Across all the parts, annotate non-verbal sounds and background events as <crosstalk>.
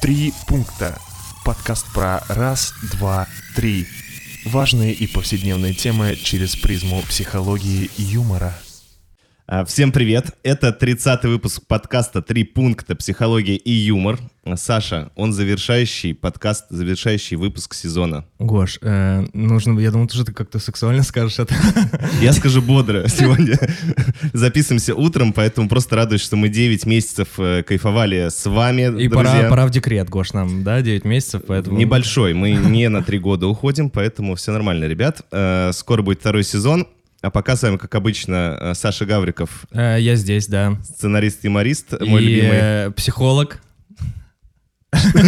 Три пункта. Подкаст про раз, два, три. Важные и повседневные темы через призму психологии и юмора. А, Всем привет! Это 30-й выпуск подкаста «Три пункта. Психология и юмор». А, Саша, он завершающий подкаст, завершающий выпуск сезона. Гош, э, нужно, я думал, ты же как-то сексуально скажешь это. Я скажу бодро <laughs> сегодня. Записываемся утром, поэтому просто радуюсь, что мы 9 месяцев э, кайфовали с вами, <laughs> И пора, друзья. пора в декрет, Гош, нам, да, 9 месяцев, поэтому... Небольшой, мы не на три года уходим, поэтому все нормально, ребят. Э, Скоро будет второй сезон. А пока с вами, как обычно, э, Саша Гавриков, Э, я здесь, да. сценарист-юморист, мой И, любимый. э, психолог. <laughs>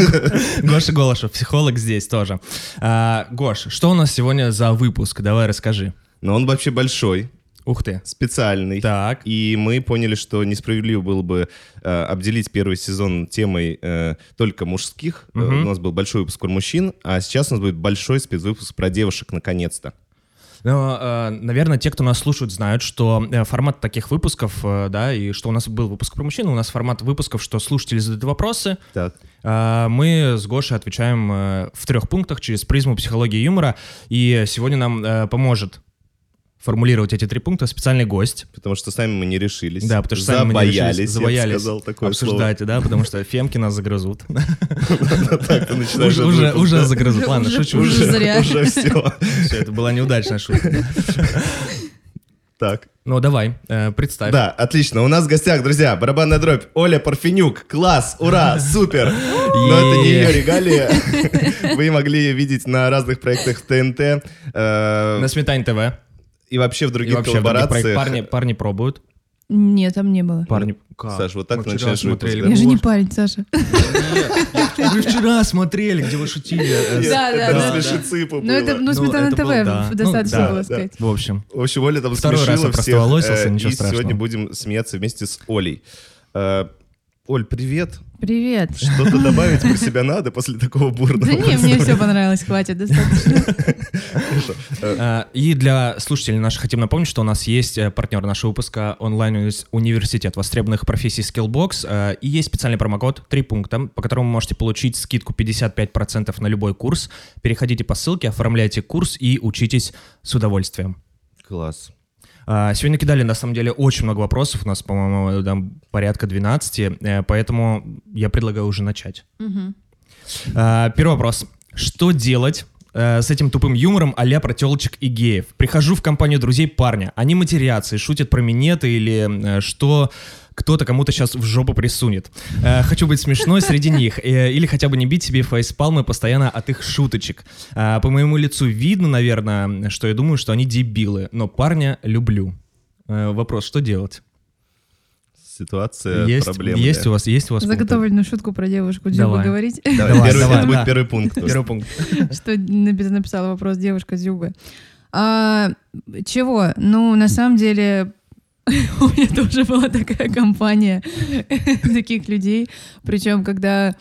Гоша Голошев, психолог здесь тоже. А, Гош, что у нас сегодня за выпуск? Давай расскажи. Но он вообще большой, Ух ты. специальный. Так. И мы поняли, что несправедливо было бы э, обделить первый сезон темой э, только мужских. Э, Мгм. у нас был большой выпуск про мужчин, а сейчас у нас будет большой спецвыпуск про девушек наконец-то. Ну, э, наверное, те, кто нас слушают, знают, что э, формат таких выпусков, э, да, и что у нас был выпуск про мужчин, у нас формат выпусков, что слушатели задают вопросы, Так. А, Мы с Гошей отвечаем э, в трех пунктах через призму психологии юмора. И сегодня нам э, поможет формулировать эти три пункта специальный гость. Потому что сами мы не решились. Да, потому что сами мы не забоялись. решились, я бы забоялись сказал такое обсуждать, да, потому что фемки нас загрызут. <laughs> слово. <laughs> Так, ты начинаешь Уже- этот выпуск, Уже уже да? загрызут. Ладно, Уже- шучу. уже Уже. зря. Уже все. Всё, Это была неудачная шутка. <laughs> Так. Ну, давай, э, представь. Да, отлично. У нас в гостях, друзья, барабанная дробь Оля Парфенюк. Класс, ура, <laughs> супер. Но это не ее Е-е. регалия. <laughs> Вы могли ее видеть на разных проектах в ТНТ. э, На Сметань ТВ. И вообще в И других вообще, в других проект- парни, коллаборациях. Э, парни пробуют. Нет, там не было. Парни, как? Ну, Саш, вот так Мы ты вчера начинаешь выпуск, смотрели. да? Я же не Гош, парень, Саша. Вы вчера смотрели, где вы шутили. э, с- Да, да, Когда да, смешиципу Ну, это, было. ну, сметана это ТВ было, да. Ну, достаточно да, было да. сказать. В общем. В общем, Оля там Второй раз смешила я просто всех. волосился, э, ничего и страшного. сегодня будем смеяться вместе с Олей. Э, Оль, привет. Привет. Что-то добавить про себя надо после такого бурного. Да не, мне все понравилось, хватит, достаточно. Э, И для слушателей наших хотим напомнить, что у нас есть э, партнер нашего выпуска онлайн-университет востребованных профессий Skillbox. э, И есть специальный промокод «Три пункта», по которому вы можете получить скидку 55% на любой курс. Переходите по ссылке, оформляйте курс и учитесь с удовольствием. Класс. А, Сегодня кидали, на самом деле, очень много вопросов. У нас, по-моему, там порядка 12, э, поэтому я предлагаю уже начать. Мгм. А, Первый вопрос. Что делать э, с этим тупым юмором а-ля про телочек и геев? Прихожу в компанию друзей парня. Они матерятся и шутят про минеты или э, что кто-то кому-то сейчас в жопу присунет. Э, Хочу быть смешной среди них. э, Или хотя бы не бить себе фейспалмы постоянно от их шуточек. А, По моему лицу видно, наверное, что я думаю, что они дебилы. Но парня люблю. Э, Вопрос, что делать? Ситуация, Есть, проблема. есть у вас, есть у вас пункты? Заготовленную шутку про девушку Дзюбу Давай. говорить, Давай, Давай, первый- давай, это да. будет первый пункт. Первый пункт. <laughs> что напи- написала вопрос девушка Дзюбы. А, Чего? Ну, на самом деле, <laughs> у меня тоже была такая компания <laughs> таких людей. Причем, когда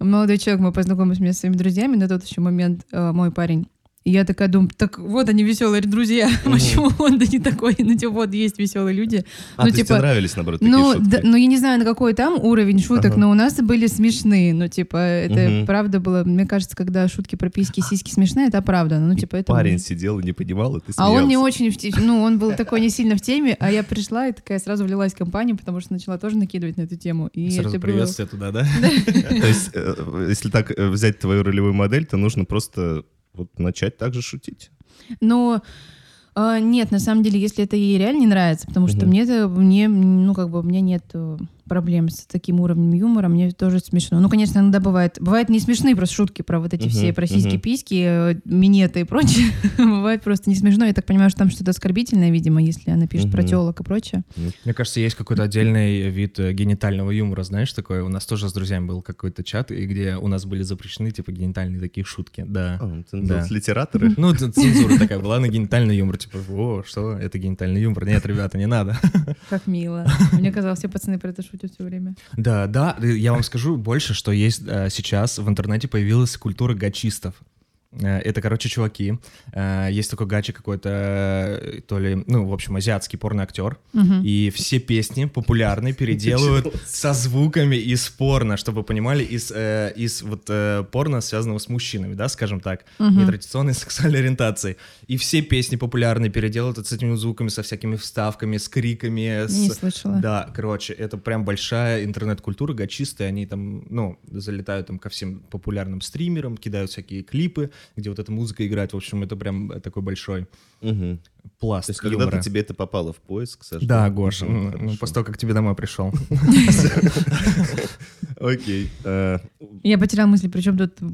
молодой человек, мы познакомились с своими друзьями, на тот еще момент э, мой парень. И я такая думаю, так вот они веселые друзья, <laughs> почему он-то не такой? Ну, типа, вот есть веселые люди. А, ну, то есть тебе типа, нравились, наоборот, такие Ну, шутки? да, ну, я не знаю, на какой там уровень шуток, Ага. но у нас были смешные. Ну, типа, это Мгм. правда было. Мне кажется, когда шутки про письки и сиськи смешные, это правда. Ну, И типа, это... Парень сидел и не понимал, и ты А он не смеялся. очень в те- Ну, он был такой не сильно в теме, а я пришла и такая сразу влилась в компанию, потому что начала тоже накидывать на эту тему. И Сразу это было... приветствие туда, да? То есть, э, если так э, взять твою ролевую модель, то нужно просто вот начать так же шутить. Но э, нет, на самом деле, если это ей реально не нравится, потому что Мгм. мне это, мне, ну, как бы, у меня нет э, проблем с таким уровнем юмора, мне тоже смешно. Ну, конечно, иногда бывает. Бывают не смешные просто шутки про вот эти Мгм, все, про сиськи, мгм. письки, э, минеты и прочее. <laughs> бывает просто не смешно. Я так понимаю, что там что-то оскорбительное, видимо, если она пишет про Мгм. телок и прочее. Мне кажется, есть какой-то отдельный вид э, генитального юмора, знаешь, такое. У нас тоже с друзьями был какой-то чат, и где у нас были запрещены, типа, генитальные такие шутки, да. А, ты Да. вот Литераторы. Ну, ц- цензура такая была на генитальный юмор, типа, о, что, это генитальный юмор, нет, ребята, не надо. <laughs> <laughs> Как мило. Мне казалось, все пацаны про это шутят все время. Да, да, э, я вам скажу больше, что есть э, сейчас в интернете появилась культура гачистов. Э, Это, короче, чуваки. Э, Есть такой гачи какой-то, э, то ли, ну, в общем, азиатский порноактер. И все песни <laughs> популярные переделывают со звуками из порно, чтобы вы понимали, из, э, из вот э, порно, связанного с мужчинами, да, скажем так, нетрадиционной <laughs> сексуальной ориентации. И все песни популярные переделывают с этими звуками, со всякими вставками, с криками. Не с- слышала. Да, короче, это прям большая интернет-культура, гачисты, они там, ну, залетают там ко всем популярным стримерам, кидают всякие клипы, где вот эта музыка играет, в общем, это прям э, такой большой Мгм. пласт То есть юмора. когда-то тебе это попало в поиск, Саша? Да, Гоша, ну, Мгм, м, ну, хорошо. после того, как тебе домой пришел. Окей. Э, Я потерял мысли, причем тут... <laughs> э,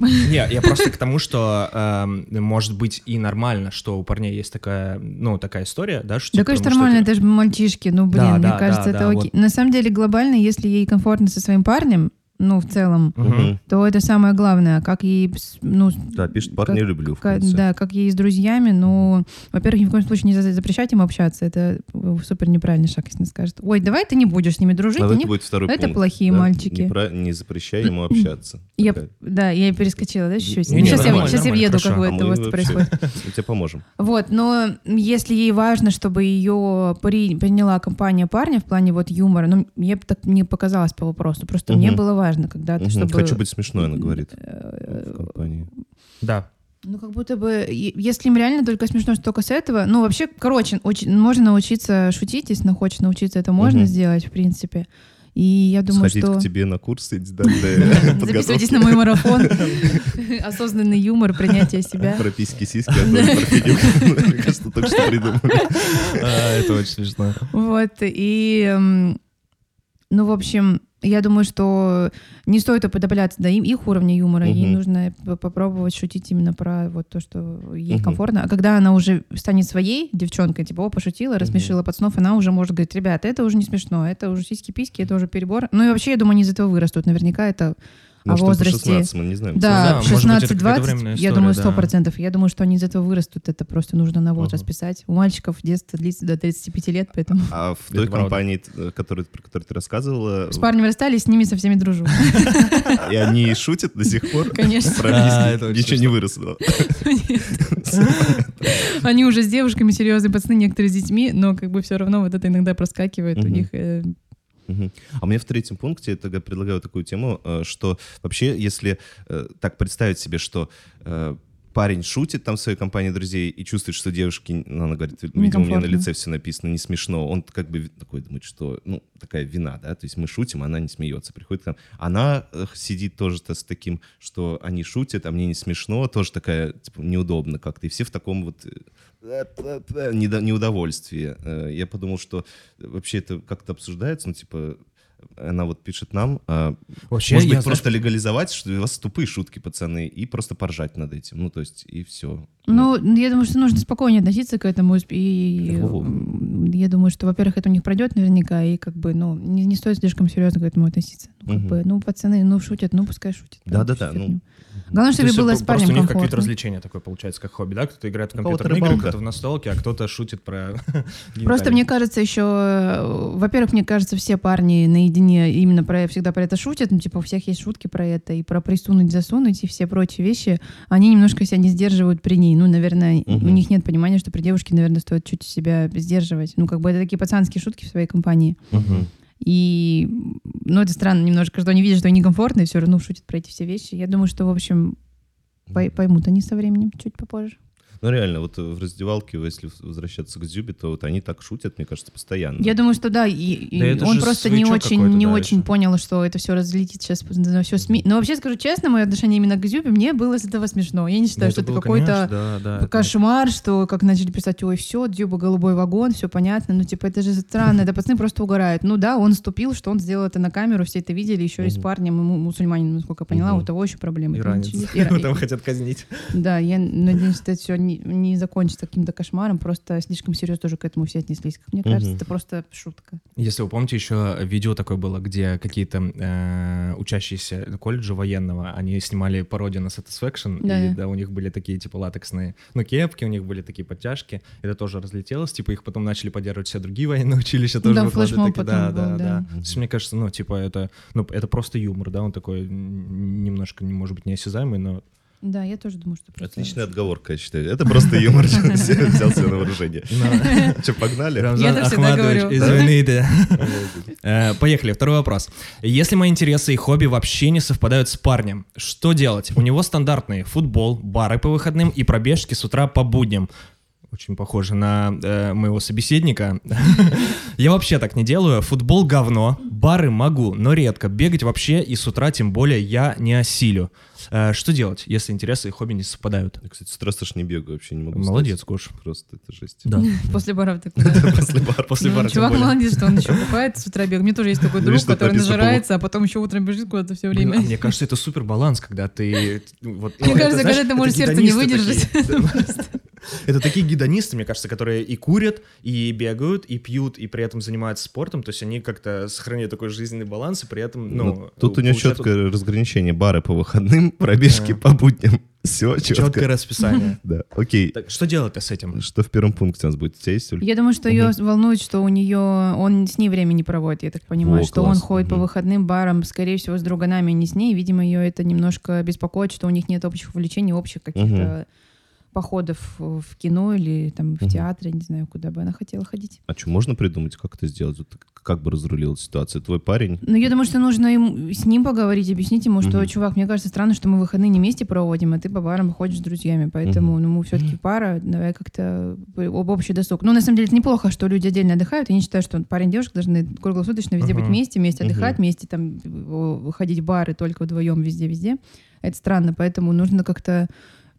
Не, я просто к тому, что эм, может быть и нормально, что у парней есть такая, ну, такая история, да, что... Да, типа, конечно, ну, что нормально, ты- это же мальчишки. Ну, блин, Да, мне да, да, кажется, это да, окей. На самом деле, глобально, если ей комфортно со своим парнем, ну, в целом, Мгм. мгм. то это самое главное. А Как ей, с- ну, с- Да, пишет, парня как- люблю, в Ка- конце. Да, как ей с друзьями, ну, во-первых, ни в коем случае нельзя за- запрещать им общаться, это э, супер неправильный шаг, если она скажет, ой, давай ты не будешь с ними дружить, А они- это будет второй это пункт, плохие да? мальчики. Не про- Не запрещай ему общаться. Я, Такая. да, я перескочила, да, чуть-чуть? Не, не, сейчас, я, нормально, сейчас я нормально, въеду, хорошо. как А бы А это мы у вас вообще- происходит. Мы тебе поможем. Вот, но если ей важно, чтобы ее при- приняла компания парня в плане вот юмора, ну, мне б так не показалось по вопросу, просто мне Мгм. было важно когда-то, Мгм. чтобы... Хочу быть смешной, она говорит. э, В компании. Да. Ну, как будто бы, е- если им реально только смешно, что только с этого. Ну, вообще, короче, очень- можно научиться шутить, если она хочет научиться, это можно Мгм. сделать, в принципе. И я думаю, Сходить что... к тебе <laughs> на курсы <laughs> диджитальной Записывайтесь на подготовки. мой марафон. <laughs> Осознанный юмор, принятие себя. Про письки, сиськи, а то и про <laughs> фигню. Ну, Мне кажется, только что придумали. А, Это очень смешно. Вот, и... эм, Ну, в общем, я думаю, что не стоит уподобляться до им- их уровня юмора. Ей Мгм. нужно п- попробовать шутить именно про вот то, что ей Мгм. комфортно. А когда она уже станет своей девчонкой, типа, о, пошутила, рассмешила под снов, она уже может говорить, ребята, это уже не смешно, это уже сиськи-письки, это уже перебор. Ну и вообще, я думаю, они из этого вырастут. Наверняка это о Может, он по возрасте. 16, мы не знаем. Да, Да, в может быть, это какая-то 16-20, временная я история, думаю, да. 100%. Я думаю, что они из этого вырастут. Это просто нужно на возраст Ага. писать. У мальчиков детство длится до 35 лет, поэтому... А в Это той правда. компании, э, которую- про которую ты рассказывала, С парнем расстались, с ними со <laughs> всеми дружу. и они шутят до сих пор? Конечно. Про Да, письки это очень Ничего не выросло. <laughs> Они уже с девушками серьезные пацаны, некоторые с детьми, но как бы все равно вот это иногда проскакивает у Мгм. них. э, Мгм. А мне в третьем пункте я тогда предлагаю такую тему, э, что вообще, если э, так представить себе, что э, парень шутит там в своей компании друзей и чувствует, что девушки, ну, она говорит, видимо, у меня на Некомфортно. лице все написано, не смешно, он как бы ви- такой думает, что, ну, такая вина, да, то есть мы шутим, она не смеется, приходит к нам. Она э, сидит тоже -то с таким, что они шутят, а мне не смешно, тоже такая, типа, неудобно как-то, и все в таком вот э, э, э, недо- неудовольствии. Э, Я подумал, что вообще это как-то обсуждается, ну, типа, она вот пишет нам, а, Вообще, может быть, я, знаешь, просто легализовать, что у вас тупые шутки, пацаны, и просто поржать над этим. Ну, то есть, и все. Ну, я думаю, что нужно спокойнее относиться к этому. И э, Во-во. м, я думаю, что, во-первых, это у них пройдет наверняка, и как бы, ну, не, не стоит слишком серьезно к этому относиться. Ну, как Мгм. бы, ну, пацаны, ну, шутят, ну, пускай шутят. Да-да-да, Фигню. ну. Главное, То чтобы есть было с про- парнем просто у них какие-то комфортно. развлечения такое получается, как хобби, да? Кто-то играет в У кого-то компьютерные игры, рыбалка. кто-то в настолке, а кто-то шутит про Просто мне кажется еще, э, во-первых, мне кажется, все парни наедине именно про всегда про это шутят, ну типа у всех есть шутки про это и про присунуть, засунуть и все прочие вещи. Они немножко себя не сдерживают при ней, ну наверное Мгм. у них нет понимания, что при девушке, наверное, стоит чуть себя сдерживать. Ну как бы это такие пацанские шутки в своей компании. И, м, ну, это странно немножко, что они видят, что они некомфортно, и все равно шутят про эти все вещи. Я думаю, что, в общем, пой- поймут они со временем, чуть попозже. Ну, реально, вот в раздевалке, если возвращаться к Зюбе, то вот они так шутят, мне кажется, постоянно. Я думаю, что да, и, и Да это он же просто не свечок очень, какой-то, не да, очень ещё. понял, что это все разлетит сейчас на все СМИ. Но вообще скажу честно, мое отношение именно к Зюбе мне было с этого смешно. Я не Ну, считаю, <laughs> что это какой-то кошмар, что как начали писать, ой, все, Дзюба голубой вагон, все понятно. Ну, типа, это же странно, это пацаны просто угорают. Ну да, он ступил, что он сделал это на камеру, все это видели, еще и с Мгм. парнем, ему мусульманин, насколько я поняла, Мгм. у того еще <laughs> проблемы. Иранец. Ира- Его там хотят казнить. Да, я надеюсь, что это все не, не закончится каким-то кошмаром, просто слишком серьезно тоже к этому все отнеслись. Как мне Мгм. кажется, это просто шутка. Если вы помните, еще видео такое было, где какие-то э, учащиеся колледжа военного, они снимали пародию на Satisfaction, Да. и да, у них были такие, типа, латексные, ну, кепки, у них были такие подтяжки, это тоже разлетелось, типа, их потом начали поддерживать все другие военные <laughs> училища, тоже Да, выкладывать флешмоб такие- потом да, был, да, да. да. То есть, мне кажется, ну, типа, это, ну, это просто юмор, да, он такой м, немножко, может быть, неосязаемый, но Да, я тоже думаю, что просто... Отличная отговорка, я считаю. Это просто <laughs> юмор. Взял себе на вооружение. Че, погнали? Рамзан Я-то всегда Ахматович говорю. из <laughs> Венеды. Э, Поехали, второй вопрос. Если мои интересы и хобби вообще не совпадают с парнем, что делать? У него стандартные футбол, бары по выходным и пробежки с утра по будням. Очень похоже на э, моего собеседника. <laughs> Я вообще так не делаю. Футбол говно, бары могу, но редко. Бегать вообще и с утра тем более я не осилю. Э, Что делать, если интересы и хобби не совпадают? Я, кстати, с утра страшно не бегаю вообще, не могу. встать. Молодец, Гош. Просто это жесть. Да. <laughs> После баров так. да. <laughs> После бара. После Ну, бара тем Чувак более. молодец, что он еще бухает с утра бегает. У меня тоже есть такой Видишь, друг, что который написано, нажирается, а потом еще утром бежит куда-то все Блин, а время. мне кажется, это супер баланс, когда ты... ну, Вот, Мне это, кажется, знаешь, когда ты это можешь сердце не гедонисты выдержать. такие. Это такие гедонисты, мне кажется, которые и курят, и бегают, и пьют, и при этом занимаются спортом. То есть они как-то сохраняют такой жизненный баланс, и при этом, ну... Ну, Тут у него получают четкое разграничение. Бары по выходным, <laughs> пробежки Да. по будням. Все четкое четко. <laughs> расписание. Да, окей. Так, что делать-то с этим? Что в первом пункте у нас будет? У тебя есть, Оль? Я думаю, что ее волнует, что у нее он с ней время не проводит, я так понимаю, Во, что класс. он ходит по Мгм. выходным барам, скорее всего, с друганами, а не с ней. Видимо, ее это немножко беспокоит, что у них нет общих увлечений, общих каких-то походов э, в кино или там в Мгм. театр, я не знаю, куда бы она хотела ходить. А что, можно придумать, как это сделать? Вот Как бы разрулила ситуация? Твой <laughs> парень? Ну, я думаю, что нужно ему, с ним поговорить, объяснить ему, что, Мгм. чувак, мне кажется, странно, что мы выходные не вместе проводим, а ты по барам ходишь с друзьями, поэтому, ну, мы все-таки пара, давай как-то об общий досуг. Ну, на самом деле, это неплохо, что люди отдельно отдыхают, я не считаю, что парень и девушка должны круглосуточно везде быть Мгм. вместе, вместе Мгм. отдыхать, вместе там э, ходить в бары только вдвоем везде-везде. Это странно, поэтому нужно как-то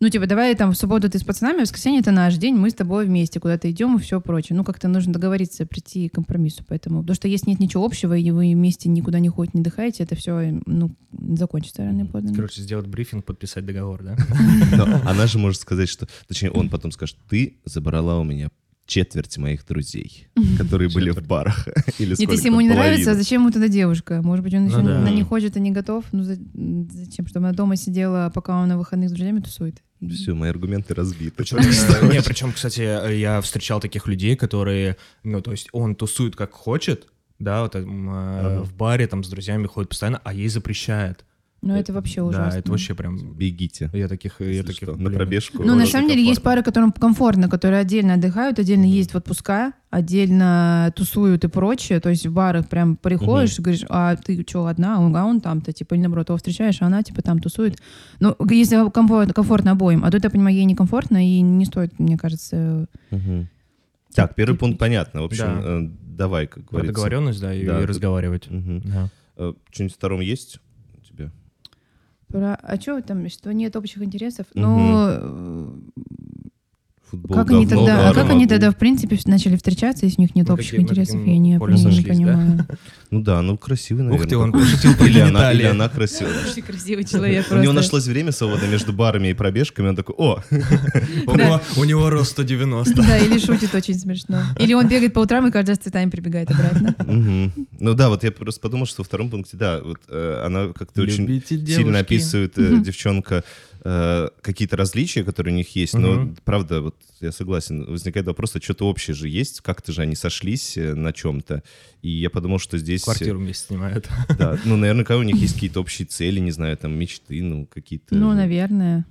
ну, типа, давай там в субботу ты с пацанами, в воскресенье это наш день, мы с тобой вместе куда-то идем и все прочее. Ну, как-то нужно договориться, прийти к компромиссу. Поэтому, потому что если нет ничего общего, и вы вместе никуда не ходите, не отдыхаете, это все, ну, закончится рано или поздно. Короче, сделать брифинг, подписать договор, да? Но она же может сказать, что... Точнее, он потом скажет, ты забрала у меня четверть моих <laughs> друзей, которые были в барах. <laughs> Или Нет, сколько если там, ему не нравится, а половина. зачем ему тогда девушка? Может быть, Ну он еще да. на не хочет и не готов. Ну, за- м, зачем? Чтобы она дома сидела, пока он на выходных с друзьями тусует. Все, мои аргументы разбиты. Э, Не, причем, кстати, э, я встречал таких людей, которые, ну, то есть он тусует как хочет, да, вот там, э, Ага. в баре там с друзьями ходит постоянно, а ей запрещает. Ну, это вообще ужасно. Да, это вообще прям... Бегите. Я таких... Я если таких что, на блин. пробежку. Ну, на Очень самом деле, есть комфортно. пары, которым комфортно, которые отдельно отдыхают, отдельно ездят в отпуска, отдельно тусуют и прочее. То есть в барах прям приходишь и говоришь, а ты что, одна, а он- а он там-то, типа, или наоборот, его встречаешь, а она, типа, там тусует. Ну, если комфорт- комфортно обоим, а то, я понимаю, ей некомфортно, и не стоит, мне кажется... Мгм. Так, первый пункт понятно. В общем, Да. э, давай, как Про говорится. договоренность, да, и, Да. и разговаривать. Мгм. Да. Э, Что-нибудь втором есть у тебя? про- А что там, что нет общих интересов? Мгм. Ну, э, Футбол как они говно, тогда, а бары как они могу. тогда, в принципе, начали встречаться, если у них нет На общих каким- на интересов? каким Я не поле не сошлись, да? понимаю. Ну да, ну красивый, наверное. Ух ты, он какой. пошутил про Или она, или гениталии. она красивая. <laughs> Очень красивый человек У него нашлось время свободно между барами и пробежками. Он такой, о, Ого, У него рост 190. Да, или шутит очень смешно. Или он бегает по утрам и каждый раз с цветами прибегает обратно. Мгм. Ну да, вот я просто подумал, что во втором пункте, да, вот э, она как-то очень Любите сильно девушки. описывает э, девчонка э, какие-то различия, которые у них есть. Но Мгм. правда, вот я согласен, возникает вопрос, а что-то общее же есть, как-то же они сошлись э, на чем-то. И я подумал, что здесь... э, Квартиру <laughs> вместе снимают. Да, ну, наверняка у них есть какие-то общие цели, не знаю, там, мечты, ну, какие-то... Ну, наверное.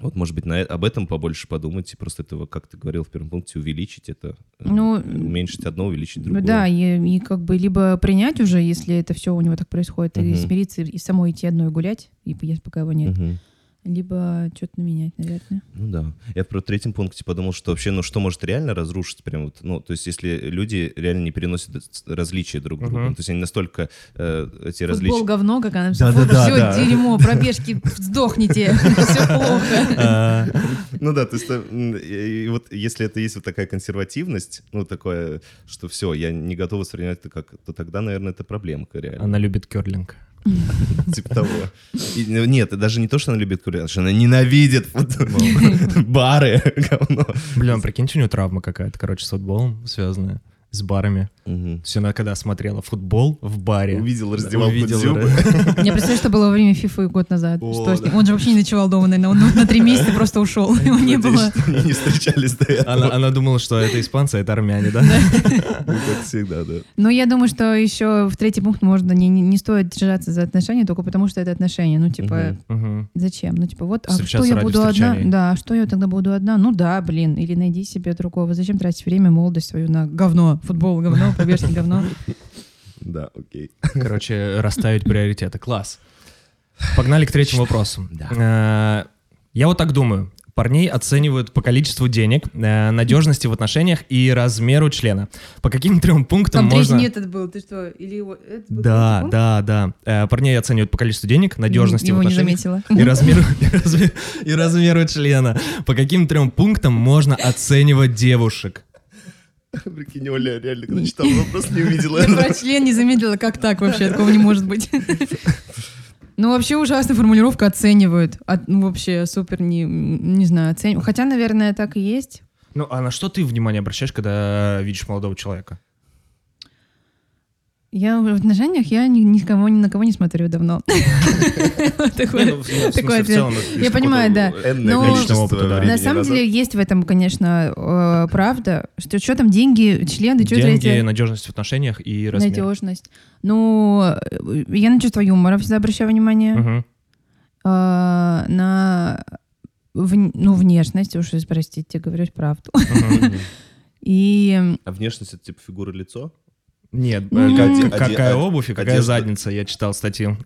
Вот, может быть, на, э- об этом побольше подумать и просто этого, как ты говорил в первом пункте, увеличить это. э, Ну, уменьшить одно, увеличить Ну другое. Да, и, и как бы либо принять уже, если это все у него так происходит, и Мгм. смириться, и самой идти одной гулять, и если пока его нет. Мгм. Либо что-то менять, наверное. Ну да. Я про третьем пункте подумал, что вообще, ну что может реально разрушить прям вот, ну то есть если люди реально не переносят с- различия друг друга, Мгм. то есть они настолько э, эти Футбол различия... говно, как она Да, да, да, все да. дерьмо, пробежки, сдохните, <laughs> все плохо. А, Ну да, то есть э, м, и- и вот если это есть вот такая консервативность, ну такое, что все, я не готов воспринимать это как, то тогда, наверное, это проблемка реально. Она любит керлинг. <laughs> Типа того. И, ну, Нет, даже не то, что она любит курить, а что она ненавидит футбол. <laughs> бары, говно. Блин, прикиньте, у него травма какая-то, короче, с футболом связанная, с барами. Мгм. То есть она когда смотрела футбол в баре. Увидел раздевалку Дзюбы. Я представляю, что было во время Фифы год назад. О, Что с да. ним- Он же вообще не ночевал дома, наверное. Он на три месяца просто <laughs> ушел. Его не было. Надеюсь, что они не встречались до Она, этого. она думала, что это испанцы, а это армяне, да? Ну, Как всегда, да. Но я думаю, что еще в третий пункт можно не, не- не стоит держаться за отношения только потому, что это отношения. Ну, типа, Мгм. Мгм. зачем? Ну, типа, вот, а что Встречаться я ради буду одна? встречаний. Да, а что я тогда буду одна? Ну да, блин, или найди себе другого. Зачем тратить время, молодость свою на говно? Футбол говно, <laughs> побежки говно. Да, окей. <laughs> Короче, расставить приоритеты. Класс. Погнали к третьему вопросу. Э, Я вот так думаю. Парней оценивают по количеству денег, э, надежности в отношениях и размеру члена. По каким трем пунктам Там можно... трижни этот был, ты что? Или его- этот был Да, третий пункт? да, да. Э, Парней оценивают по количеству денег, надежности в Его не отношениях заметила. и размеру, <laughs> и, размеру, и размеру члена. По каким трем пунктам можно оценивать девушек? Прикинь, Оля реально когда читала вопрос, не увидела. Я <laughs> про член не замедлила, как так вообще, такого не может быть. Ну, вообще ужасная формулировка оценивают. От- ну, вообще супер, не, не знаю, оценивают. Хотя, наверное, так и есть. Ну, а на что ты внимание обращаешь, когда видишь молодого человека? Я в отношениях, я ни, ни с кого- ни на кого не смотрю <laughs> давно. Вот такое. Не, ну, в- ну, в смысле, такой в ответ. целом, это Я лишь понимаю, да. какое-то, э, Энное Но- количество Опыта, да. времени На самом назад. деле есть в этом, конечно, э, правда, что что там деньги, члены, что Деньги, ну, надежность в отношениях и размер. надежность. Ну, э, я на чувство юмора всегда обращаю внимание. Мгм. а, на вн- ну, внешность, уж из- простите, говорю правду. Мгм. Мгм. <laughs> И А внешность это типа фигура лицо? Нет, Ну, как- оде- какая оде- обувь и какая одежда. задница, я читал статью.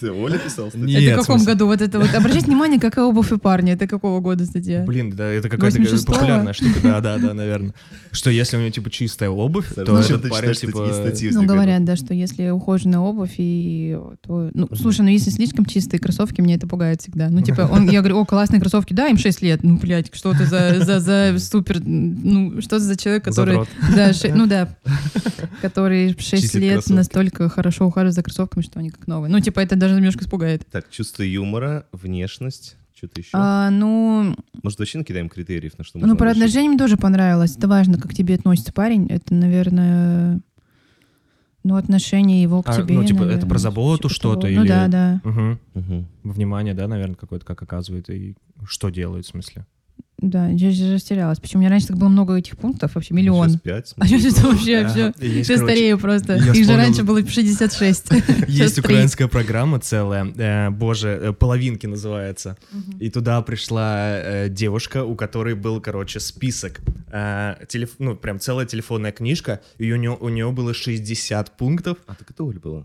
Ты Оля писал? кстати? Не- это Нет, в в каком смысле- году вот это вот? Обращайте внимание, какая обувь и парни. Это какого года статья? Блин, да, это какая-то 86-го? популярная штука, да, да, да, наверное. Что если у него типа чистая обувь, Саша, то зачем этот ты парень читаешь такие типа статьи, Ну, если говорят, да, что если ухоженная обувь, и то... Ну, слушай, ну если слишком чистые кроссовки, меня это пугает всегда. Ну, типа, он, я говорю, о, классные кроссовки, да, им 6 лет. Ну, блядь, что ты за, за, за супер... Ну, что ты за человек, который... задрот? Да, ши- ну да. Который 6 Чистит лет кроссовки. настолько хорошо ухаживает за кроссовками, что они как новые. Ну, типа, это даже немножко испугает. Так, чувство юмора, внешность, что-то еще. А, ну, Может, вообще накидаем критериев, на что можно ну, про обращать? отношения мне тоже понравилось. Это важно, как к тебе относится парень. Это, наверное, ну, отношение его к А, тебе. ну, типа, это наверное, про заботу всё что-то такое. Ну, или- да, да. Мгм. Мгм. Внимание, да, наверное, какое-то как оказывает и что делает, в смысле. Да, я же растерялась. Почему у меня раньше так было много этих пунктов, вообще Сейчас миллион. пять. <laughs> А сейчас это вообще, все. Ага, есть, Все короче, старею просто. я Их же вспомнил- раньше <laughs> было 66. Сейчас Есть три. украинская программа целая, э, боже, э, половинки называется. И туда пришла э, девушка, у которой был, короче, список, э, телеф- ну, прям целая телефонная книжка, и у нее, у нее было 60 пунктов. А так это Оля <laughs> была?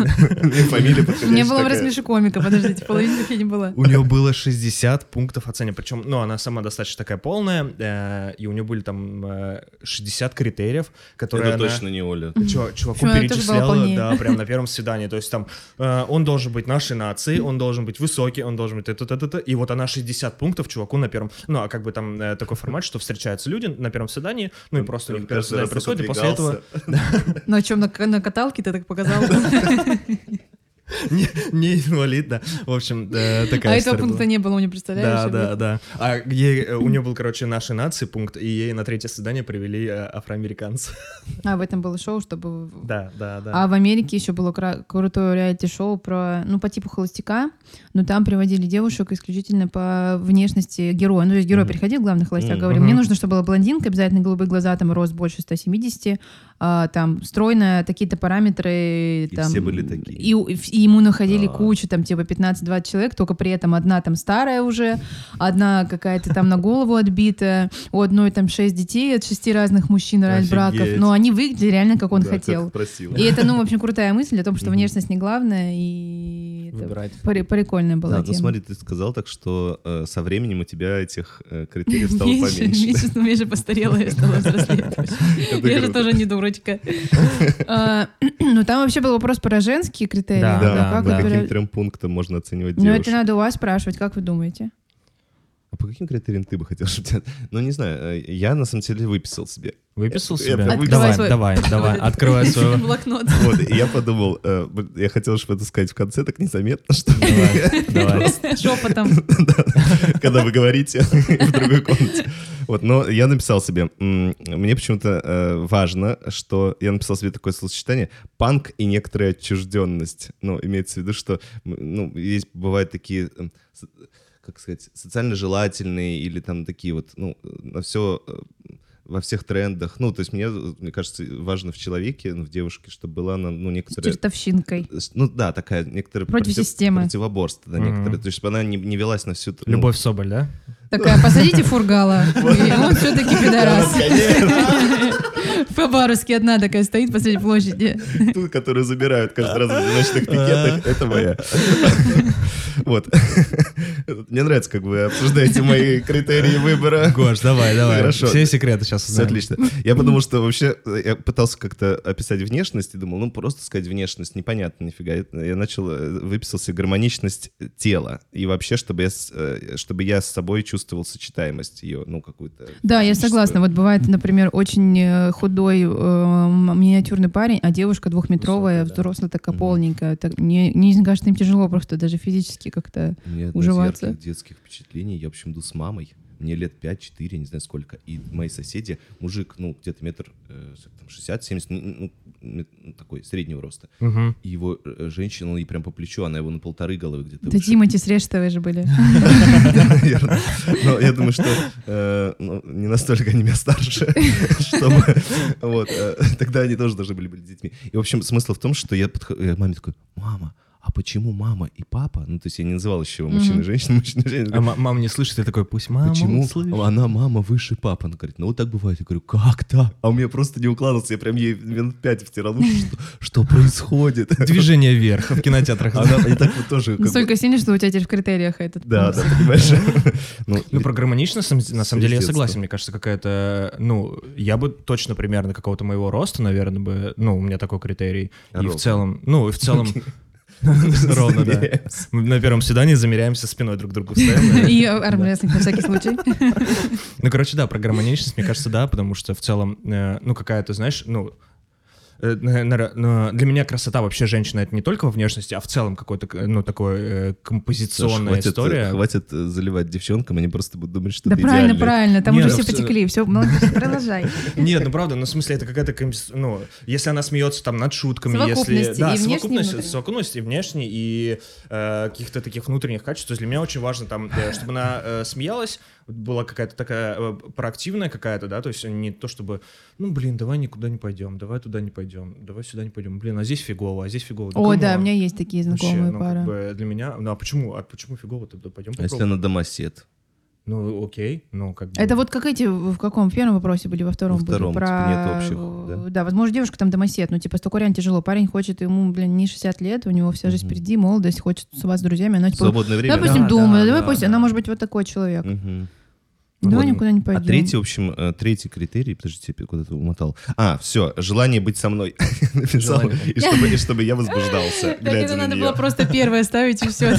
Фамилия подходящая Мне было в такая. рассмеши комика, подождите, половинки я не была. У <laughs> нее было 60 пунктов оценивания, причем, ну, она сама достаточно такая полная, э, и у нее были там э, 60 критериев, которые Это она- точно не Оля. Чё- чуваку Чё, она тоже была перечисляла, полнее. да, прям на первом свидании. То есть там э, он должен быть нашей нации, он должен быть высокий, он должен быть это, это, это. И вот она 60 пунктов чуваку на первом... Ну, а как бы там э, такой формат, что встречаются люди на первом свидании, ну и просто у них первое Каждый свидание раз происходит, и после этого... отодвигался. Ну, о чем на на каталке ты так <laughs> показал? Не, не инвалид, да. В общем, э, такая А этого история была. пункта не было, не представляешь? Да, да, я да. А ей, э, у нее был, короче, нашей нации пункт, и ей на третье свидание привели э, афроамериканца. <laughs> А, в этом было шоу, чтобы... в- Да, да, да. А в Америке еще было кра- крутое реалити-шоу про, ну, по типу холостяка, но там приводили девушек исключительно по внешности героя. Ну, то есть герой приходил, главный холостяк, Мгм. говорил, мне Мгм. нужно, чтобы была блондинка, обязательно голубые глаза, там рост больше 170, а, там стройная, такие-то параметры. И там, все были такие. И, у- и в- и ему находили А. кучу, там, типа 15-20 человек, только при этом одна там старая уже, одна какая-то там на голову отбитая, у одной там шесть детей от шести разных мужчин, разных браков, Офигеть. но они выглядели реально, как он Да, хотел. как просила. И это, ну, в общем, крутая мысль о том, что Мгм. внешность не главное, и это Выбирать. пори- прикольная была Да, ну тема. <laughs> смотри, ты сказал так, что э, со временем у тебя этих э, критериев стало Меньше, поменьше. <laughs> меньше, ну, я же постарела, я стала взрослее. Это Я же круто. тоже не дурочка. А, <clears throat> Ну, там вообще был вопрос про женские критерии. Да, Ну, Да, как по да. выбирать? каким трем пунктам можно оценивать Ну, это девушек? надо у вас спрашивать, как вы думаете? А по каким критериям ты бы хотел, <laughs> чтобы тебя... Ну, не знаю, э, я на самом деле выписал себе. Выписал Это- себя? это Открывай давай, свой- давай, <laughs> давай, открывай свой блокнот. Вот, и я подумал, э, б- я хотел, чтобы это сказать в конце, так незаметно, <laughs> что Давай, <laughs> давай. <laughs> Шепотом. когда вы говорите <laughs> в другой комнате. Вот, но я написал себе, м, мне почему-то э, важно, что я написал себе такое словосочетание «панк и некоторая отчужденность». Ну, имеется в виду, что м, ну, есть, бывают такие, м, с- как сказать, социально желательные или там такие вот, ну, на все во всех трендах. Ну, то есть мне, э, мне кажется, важно в человеке, ну, в девушке, чтобы была, она, ну, некоторая Чертовщинкой. с- ну да, такая некоторая Против системы. противоборство, да, Мгм. некоторое. То есть, чтобы она не, не велась на всю... ту- ну, Любовь Соболь, да? Такая, посадите фургала. И <laughs> он все-таки пидорас. ну, Конечно, <laughs> По-барски одна такая стоит посреди площади. ту, которую забирают каждый раз в ночных пикетах, это моя. Вот. Мне нравится, как вы обсуждаете мои критерии выбора. Гош, давай, давай. Ну, Хорошо. Все секреты сейчас Все узнаем. отлично. Я подумал, что вообще э, я пытался как-то описать внешность и думал, ну просто сказать внешность непонятно нифига. Я- Я начал э, выписал себе гармоничность тела и вообще, чтобы я, с- э, чтобы я с собой чувствовал сочетаемость ее, ну какую-то. Да, я физическую. согласна. Вот бывает, например, очень э, худой э, м- миниатюрный парень, а девушка двухметровая, Высокая, да. взрослая, такая Мгм. полненькая. Так, мне, мне кажется, им тяжело просто даже физически как-то. Мне одно из уживаться. ярких детских впечатлений. Я, в общем, иду с мамой. Мне лет 5-4, не знаю сколько. И мои соседи, мужик, ну, где-то метр э, сколько там, 60-70, ну, ну, м- такой среднего роста. Мгм. И его э, женщина, он ей прям по плечу, она его на полторы головы где-то Да выше. <laughs> Тимати с Рештовой же были. Наверное. Но я думаю, что э, ну, не настолько они меня старше, <laughs> чтобы... Вот, э, тогда они тоже должны были быть детьми. И, в общем, смысл в том, что я подхожу, я к маме такой, мама, а почему мама и папа? Ну, то есть я не называл еще его мужчина и Мгм. женщина, мужчина и женщина. А ма- мама не слышит, я такой, пусть А, мама Почему услышит. она мама выше папы? Она говорит, ну вот так бывает. Я говорю, как так? А у меня просто не укладывался, я прям ей минут пять втирал, <laughs> уши, что, что происходит? Движение вверх в кинотеатрах. Она, и так вот тоже... <laughs> как бы- Настолько сильно, что у тебя теперь в критериях этот. Да, пункт. да, понимаешь? <laughs> Ну, Ну, про гармоничность, на самом- на самом деле, я Естественно. согласен. Мне кажется, какая-то... Ну, я бы точно примерно какого-то моего роста, наверное, бы... Ну, у меня такой критерий. А И в ровно? целом... Ну, и <laughs> в целом... <laughs> Ровно, да. Замеряемся. Мы На первом свидании замеряемся спиной друг к другу. встаем, да. И армрестлинг на всякий случай. Ну, короче, да, про гармоничность, мне кажется, да, потому что в целом, э, ну, какая-то, знаешь, ну, э, на- на- на- для меня красота вообще женщина это не только во внешности, а в целом какой-то, э, ну, такой э, Саш, композиционная хватит, история. Хватит э, заливать девчонкам, они просто будут думать, что Да ты правильно, идеальный. правильно. Там Не, уже ну, все в целом- потекли. Все, молодец, продолжай. Нет, ну правда, ну в смысле это какая-то, компенс- ну, если она смеется там над шутками, если... Совокупности, и внешней, и совокупность, внутренней. совокупность и внешней, и э, каких-то таких внутренних качеств. То есть для меня очень важно там, э, чтобы она э, смеялась, была какая-то такая э, проактивная какая-то, да, то есть не то чтобы, ну блин, давай никуда не пойдем, давай туда не пойдем, давай сюда не пойдем, блин, а здесь фигово, а здесь фигово. О, да, камон. у меня есть такие Вообще, знакомые ну, как пары. бы для меня, ну а почему, а почему фигово-то, да пойдем А если попробуем. она домосед? Ну окей, ну как бы... Это вот как эти, в каком, в первом вопросе были, во втором Во были, втором, про... э, типа, нет общих, да? возможно, девушка там домосед, но типа с такой реально тяжело. Парень хочет, ему, блин, не 60 лет, у него вся жизнь Мгм. впереди, молодость, хочет тусоваться с друзьями, она В типа... свободное время? давай пусть Да, думаю, да, давай да, пусть, да. она может быть вот такой человек. Мгм. Давай Вот. никуда не А пойдем. третий, в общем, э, третий критерий, подождите, я куда-то умотал. А, все, желание быть со мной <laughs> написал, Желание. и чтобы, и чтобы я возбуждался, <laughs> Так глядя это на ну, надо нее. было просто первое ставить, и <laughs> все.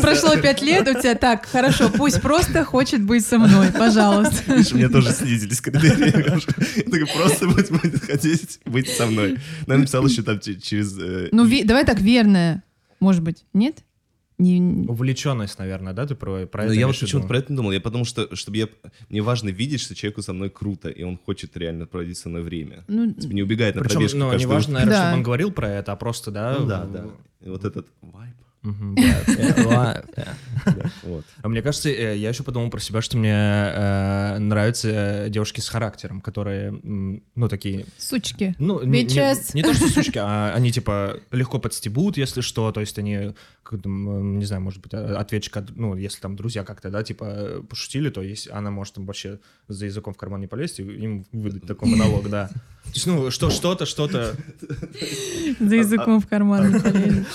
Прошло пять лет, у тебя так, хорошо, пусть просто хочет быть со мной, пожалуйста. Видишь, у меня тоже снизились критерии. Я такой, просто быть- будет хотеть быть со мной. Но я написал еще там че- через... э, Ну, ви- давай так, верное, может быть, нет? Не- Увлеченность, наверное, да, ты про, про Ну, это я вот имеешь в виду? почему-то про это не думал. Я потому что, чтобы я... Мне важно видеть, что человеку со мной круто, и он хочет реально проводить со мной время. Ну, Типа не убегает на Причем, пробежку ну, каждый не утро. важно, наверное, Да. чтобы он говорил про это, а просто, да? Ну, да, в- да. И вот этот вайб. Мгм, <laughs> да. да, Вот. А мне кажется, э, я еще подумал про себя, что мне э, нравятся э, девушки с характером, которые, м, ну, такие... сучки. Ну, не, не- Bitches. не то, что сучки, а они, типа, легко подстебут, если что, то есть они, как там, м, не знаю, может быть, а- ответчик, от- ну, если там друзья как-то, да, типа, э, пошутили, то есть она может там вообще за языком в карман не полезть и им выдать такой монолог, да. То есть, ну, что, что-то, что-то... <laughs> За языком в карман не полезет.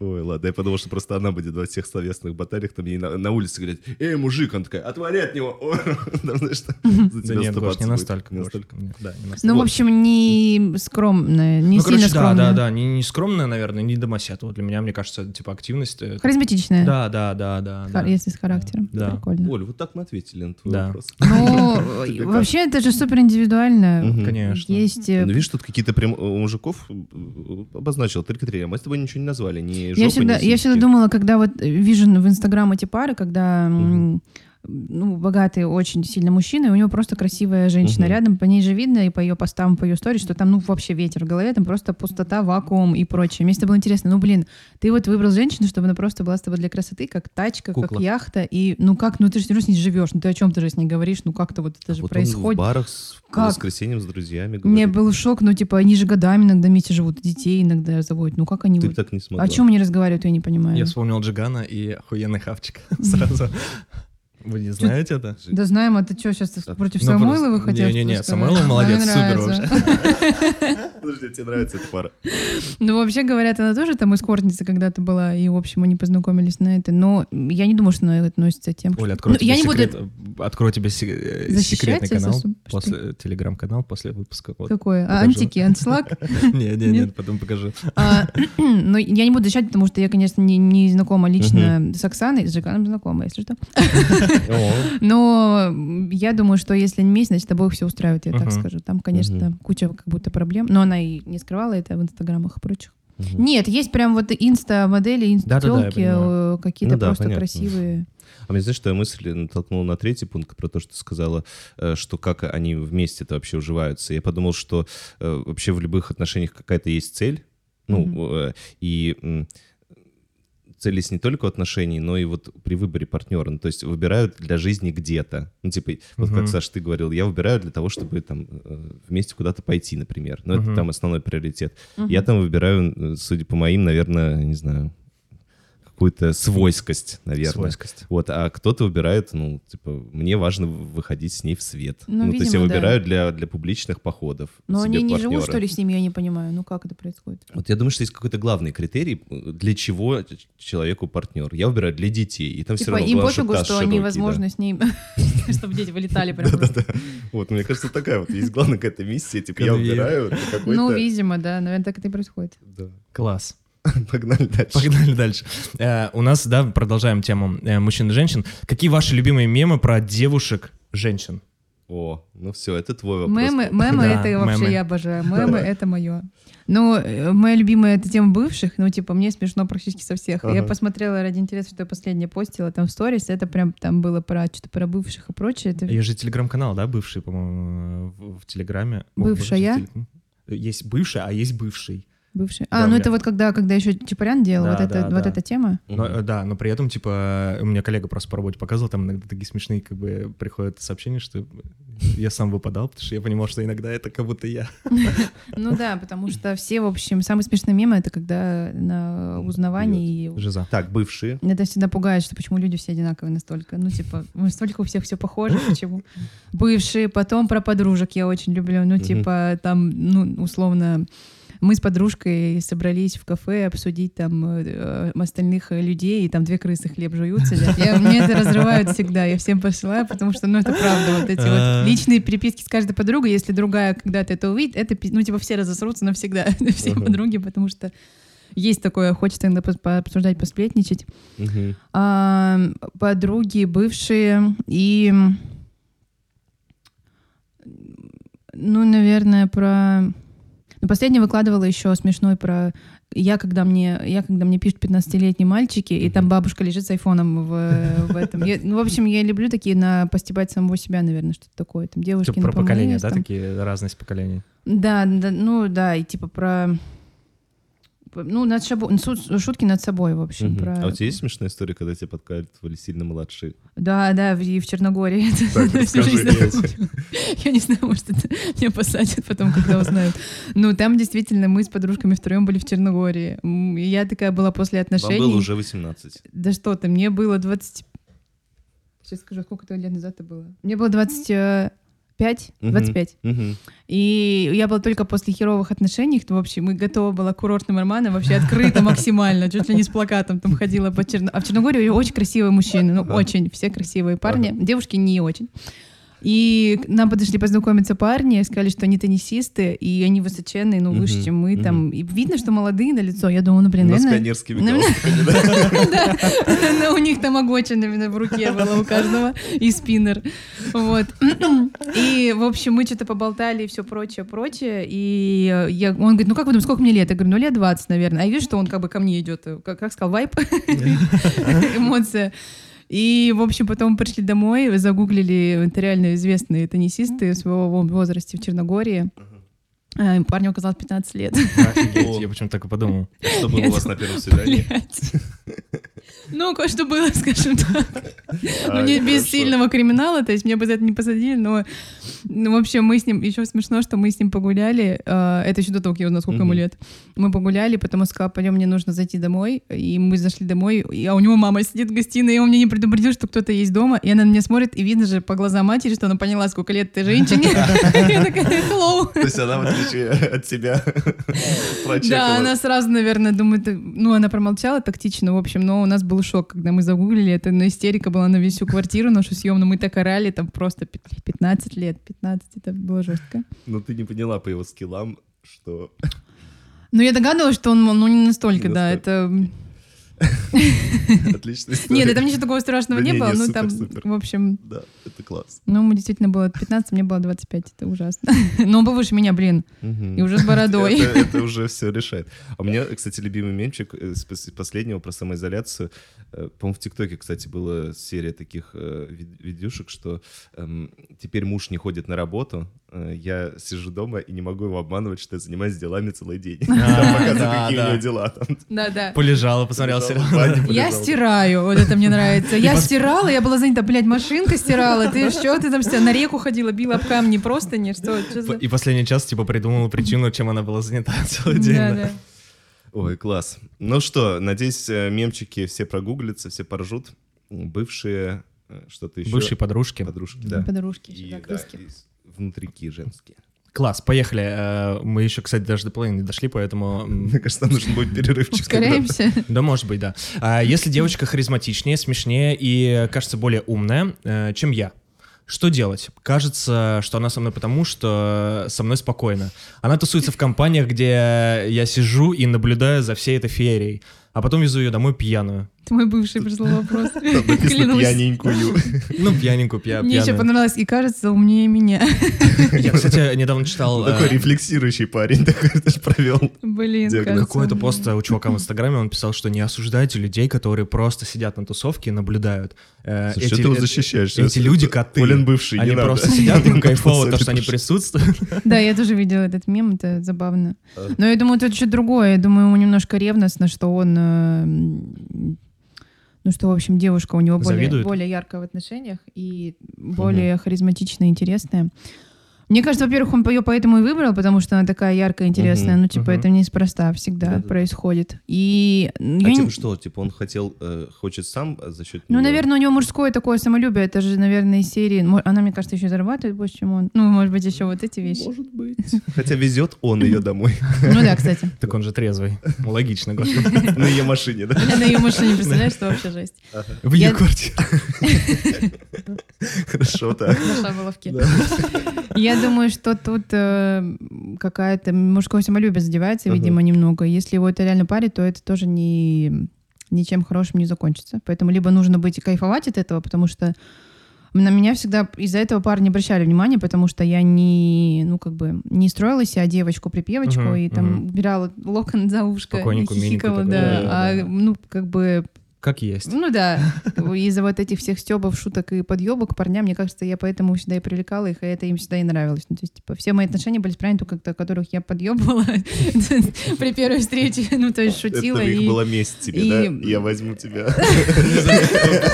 Ой, ладно, я подумал, что просто она будет во всех словесных баталиях, там ей на, на улице говорят, эй, мужик, она такая, отвали от него, <laughs> Ой, там, знаешь, так, за Да тебя нет, Гош, стебаться не будет. настолько. Не Гош. настолько. Нет, Да, не настолько. Ну, в Вот. общем, не скромная, не Ну, сильно короче, да, скромная. да, да, не, не скромная, наверное, не домосед. Вот для меня, мне кажется, типа активность... э, Харизматичная, Да, да, да, да. хар- да. если с характером. Да. Прикольно. Оль, вот так мы ответили на твой Да. вопрос. <laughs> <laughs> Ну, Тебе э, как? вообще это же супер индивидуально. Мгм. Конечно. Есть... Ну, э, видишь, тут какие-то прям у мужиков э, обозначил только три, а мы с тобой ничего не назвали, ни Я жопы, всегда, ни я всегда сиськи. думала, когда вот э, вижу в Инстаграм эти пары, когда м, ну, богатые очень сильно мужчины, и у него просто красивая женщина Мгм. рядом, по ней же видно, и по ее постам, по ее истории, что там, ну, вообще ветер в голове, там просто пустота, вакуум и прочее. Мне всегда было интересно, ну, блин, ты вот выбрал женщину, чтобы она просто была с тобой для красоты, как тачка, Кукла. как яхта, и, ну, как, ну, ты же всё равно с ней живешь, ну, ты о чем ты же с ней говоришь, ну, как-то вот это А же вот он в происходит. барах с по Как? воскресеньям с друзьями Мне говорит. был шок, ну, типа, они же годами иногда вместе живут, детей иногда заводят, ну, как они... Ты бы вот- так не смогла. О чем они разговаривают, я не понимаю. Я вспомнил Джигана и охуенный хавчик <laughs> сразу. Вы не знаете это? Да знаем, а ты что, сейчас А, против ну, Самойлова просто- хотел? Не-не-не, что-то Самойлов сказать? молодец, Мне супер нравится. Подожди, тебе нравится эта пара? <laughs> Ну, вообще, говорят, она тоже там эскортница когда-то была, и, в общем, они познакомились на это. Но я не думаю, что она относится к тем, Оля, что- открою Ну, тебе я не буду секрет. э, Открою тебе се- э, Защищать секретный тебя за канал суб- что? после э, телеграм-канал после выпуска. Вот. Какое? А, Покажу. антики, антислак? <laughs> Не, не, Нет? нет, потом покажу. А, <clears throat> Но я не буду защищать, потому что я, конечно, не, не знакома лично с Оксаной, с Жиганом знакома, если что. Но м, я думаю, что если не месть, значит, обоих все устраивает, я так Мгм. скажу. Там, конечно, куча как будто проблем, но она и не скрывала это в инстаграмах и прочих. Мгм. Нет, есть прям вот инста-модели, Да-да-да, я инста-телки, понимаю. э, какие-то Ну да, просто понятно. красивые. А мне, знаешь, твоя мысль натолкнула на третий пункт про то, что ты сказала, э, что как они вместе-то вообще уживаются. Я подумал, что э, вообще в любых отношениях какая-то есть цель. Ну, э, и м, цель есть не только у отношений, но и вот при выборе партнера. Ну, то есть выбирают для жизни где-то. Ну, типа, вот Мгм. как, Саш, ты говорил, я выбираю для того, чтобы там э, вместе куда-то пойти, например. Ну, Мгм. это там основной приоритет. Я там выбираю, э, судя по моим, наверное, не знаю, какую-то свойскость, наверное. Свойскость. Вот, а кто-то выбирает, ну, типа, мне важно выходить с ней в свет. Ну, Ну, то есть я видимо, да. выбираю для, для публичных походов. Но себе они не живут, партнёра. что ли, с ними, я не понимаю. Ну как это происходит? Вот я думаю, что есть какой-то главный критерий, э, для чего ч- человеку партнер. Я выбираю для детей, и там все Ну, Типа, равно им главное, пофигу, таз что широкий, они, да. возможно, с ней... <laughs> Чтобы дети вылетали прям. Вот, мне кажется, такая вот есть главная какая-то миссия, типа, я Конвейер. выбираю для Ну, какой-то... видимо, да. Наверное, так это и происходит. Да. Класс. <laughs> Погнали дальше. Погнали дальше. Э, у нас, да, продолжаем тему э, мужчин и женщин. Какие ваши любимые мемы про девушек женщин? О, ну все, это твой вопрос. Мемы, мемы Да, это вообще мемы. я обожаю. Мемы это мое. Ну, э, моя любимая это тема бывших. Ну, типа, мне смешно практически со всех. Я Ага. посмотрела ради интереса, что я последнее постила там в сторис. Это прям там было про что-то про бывших и прочее. Это Ее же телеграм-канал, да, бывший, по-моему, в, в телеграме. О, Бывшая? бывший телег- Есть бывшая, а есть бывший. бывшие. Да, А, у ну меня- это вот когда, когда еще Чапарян делал, Да, вот, это, да, вот да. эта тема. Мгм. Но, э, да, но при этом, типа, у меня коллега просто по работе показывал, там иногда такие смешные, как бы, приходят сообщения, что я сам выпадал, потому что я понимал, что иногда это как будто я. Ну да, потому что все, в общем, самые смешные мемы это когда на узнавании и Жиза. Так, бывшие. это всегда пугает, что почему люди все одинаковые настолько. Ну, типа, настолько у всех <laughs> все похоже, почему? Бывшие, потом про подружек я очень люблю. Ну, Мгм. типа, там, ну, условно, мы с подружкой собрались в кафе обсудить там э, э, остальных э, людей, и там две крысы хлеб жуют, сидят. Я, мне это разрывают всегда, я всем посылаю, потому что, ну, это правда, вот эти А. вот личные переписки с каждой подругой, если другая когда-то это увидит, это, пи- ну, типа, все разосрутся навсегда, <laughs> все Ага. подруги, потому что есть такое, хочется иногда пос- пообсуждать, посплетничать. Мгм. А, подруги, бывшие и ну, наверное, про ну, последнее выкладывала еще смешной про я, когда мне, я, когда мне пишут 15-летние мальчики, и там бабушка лежит с айфоном в, в этом. Я- ну, в общем, я люблю такие на постебать самого себя, наверное, что-то такое. Там девушки Типа про напомнились, поколения, да, там. такие разность поколений. Да, да, ну да, и типа про... Ну, над собой, су- шутки над собой, в общем. Мгм. Про... А у тебя есть смешная история, когда тебя подкатывали сильно младшие? Да, да, в- и в Черногории. <laughs> Это Так, всю расскажи, жизнь Лен. запомнила. Я не знаю, может, это меня посадят потом, когда узнают. Ну, там действительно мы с подружками втроем были в Черногории. М, и Я такая была после отношений. Вам было уже 18. Да что ты, мне было 20... Сейчас скажу, сколько это лет назад это было. Мне было 20... э, 25, 25. Мгм. И я была только после херовых отношений, то вообще мы готова была к курортным романам, вообще открыто максимально, чуть ли не с плакатом там ходила по Черно... А в Черногории очень красивые мужчины, ну очень, все красивые парни, девушки не очень. И к нам подошли познакомиться парни, сказали, что они теннисисты, и они высоченные, ну, выше, Мгм, чем мы, там, и видно, что молодые на лицо. Я думаю, ну, блин, Ну, с наверное, пионерскими наверное, галстуками, да. да, но у них там огочин именно в руке было у каждого и спиннер. Вот. И, в общем, мы что-то поболтали и все прочее, прочее. И я, он говорит, ну как вы думаете, сколько мне лет? Я говорю, ну лет 20, наверное. А я вижу, что он как бы ко мне идет, как, как сказал, вайп, эмоция. И, в общем, потом пришли домой, загуглили это реально известные теннисисты своего возраста в Черногории. А, им Парню оказалось 15 лет. Офигеть, я почему-то так и подумал. <laughs> Что было у вас на первом свидании? Блядь. <laughs> Ну, кое-что было, скажем так. А, Ну, не без хорошо. сильного криминала, то есть меня бы за это не посадили, но... Ну, вообще, мы с ним... Еще смешно, что мы с ним погуляли. э, Это еще до того, как я узнала, сколько ему Мгм. лет. Мы погуляли, потом он сказал, пойдем, мне нужно зайти домой. И мы зашли домой, и- а у него мама сидит в гостиной, и он мне не предупредил, что кто-то есть дома. И она на меня смотрит, и видно же по глазам матери, что она поняла, сколько лет ты женщине. <laughs> Я такая, hello. То есть она, в отличие от <laughs> тебя, Да, она прочекала. сразу, наверное, думает, э, ну, она промолчала тактично, в общем, но у нас был шок, когда мы загуглили, это ну, истерика была на весь всю квартиру нашу съемную, мы так орали, там просто пят- 15 лет, 15, это было жестко. Но ты не поняла по его скиллам, <laughs> что... Но я догадывалась, что он, мол, ну, не настолько, Не да, настолько. это... <laughs> Отлично. Нет, да там ничего такого страшного Да не не, было, не, ну, супер, там, супер. в общем... Да, это класс. Ну, ему действительно было 15, мне было 25, это ужасно. <laughs> Но он был выше меня, блин, и уже с бородой. <laughs> Это, это уже все решает. А у меня, кстати, любимый мемчик э, с пос- последнего про самоизоляцию. Э, По-моему, в ТикТоке, кстати, была серия таких э, ви- видюшек, что эм, теперь муж не ходит на работу, э, я сижу дома и не могу его обманывать, что я занимаюсь делами целый <laughs> день. Там показывают, А, да, какие у да. него дела. Там Да-да. Полежала, посмотрел лежал в сериал. бане, Я полежал. стираю, вот это мне нравится. Я стирала, я была занята, блядь, машинка стирала. Ты что, ты там стирала? на реку ходила, била об камни, просто не что, что за... И последний час, типа, придумала причину, чем она была занята <laughs> целый день. Да, да. да. Ой, класс. Ну что, надеюсь, э, мемчики все прогуглятся, все поржут. Бывшие, э, что-то еще. Бывшие подружки. подружки, да. Подружки, И, еще, да, да, крыски. и с- внутрики женские. Класс, поехали. Э, Мы еще, кстати, даже до половины не дошли, поэтому... <laughs> м, Мне кажется, нам нужен будет перерывчик. Ускоряемся. Да, может быть, да. А Если девочка харизматичнее, смешнее и, кажется, более умная, э, чем я, что делать? Кажется, что она со мной потому, что со мной спокойно. Она тусуется в компаниях, где я сижу и наблюдаю за всей этой феерией, а потом везу ее домой пьяную. Это мой бывший прислал вопрос. когда <laughs> Там написано Клянусь. пьяненькую. Ну, пьяненькую, <laughs> пья- Мне еще пьяную. понравилось, и кажется, умнее меня. <laughs> Я, кстати, <laughs> недавно читал... Ну, э, Такой рефлексирующий парень, такой даже провел. Блин, Диагноз. кажется. Какой-то пост у чувака в Инстаграме, он писал, что не осуждайте людей, которые просто сидят на тусовке и наблюдают. Э, Слушай, что ты его защищаешь? Эти Сейчас люди коты. Олен бывший, не Они надо. просто <laughs> сидят, им кайфово, Посадят то, что они уже. присутствуют. Да, я тоже видела этот мем, это забавно. Да. Но я думаю, тут что-то другое. Я думаю, ему немножко ревностно, что он... э, м, Ну что, в общем, девушка у него более, Завидует? более яркая в отношениях и более харизматичная, интересная. Мне кажется, во-первых, он ее поэтому и выбрал, потому что она такая яркая, интересная. Мгм, ну, типа, мгм. это неспроста всегда Да-да-да. происходит. И... м, Ну, я А не- тем что, типа он хотел, э, хочет сам а э, за счет ну, неё? наверное, у него мужское такое самолюбие. Это же, наверное, из серии... мо- Она, мне кажется, еще зарабатывает больше, чем он. Ну, может быть, еще вот эти вещи. Может быть. Хотя везет он ее <laughs> домой. <laughs> Ну да, кстати. Так он же трезвый. Логично, господи. На ее машине, да? Я на ее машине, представляешь, что вообще жесть. В Я- ее квартире. Хорошо так. <laughs> Нашла в ловке. Я думаю, что тут э, какая-то мужское самолюбие задевается, Ага. видимо, немного. Если его это реально парит, то это тоже не ничем хорошим не закончится. Поэтому либо нужно быть кайфовать от этого, потому что на меня всегда из-за этого пары не обращали внимания, потому что я не, ну, как бы, не строила себя девочку-припевочку Мгм, и там мгм. убирала локон за ушко и Спокойненько, миленько хихикала, такой, да. да, да. А, ну, как бы, Как есть. ну да, <laughs> из-за вот этих всех стебов, шуток и подъебок парня, мне кажется, я поэтому всегда и привлекала их, и это им всегда и нравилось. Ну, то есть, типа, все мои отношения были с парнями, только кто- которых я подъебывала <laughs> при первой встрече, ну, то есть Это шутила. их и- была месть тебе, и- да? Я возьму тебя.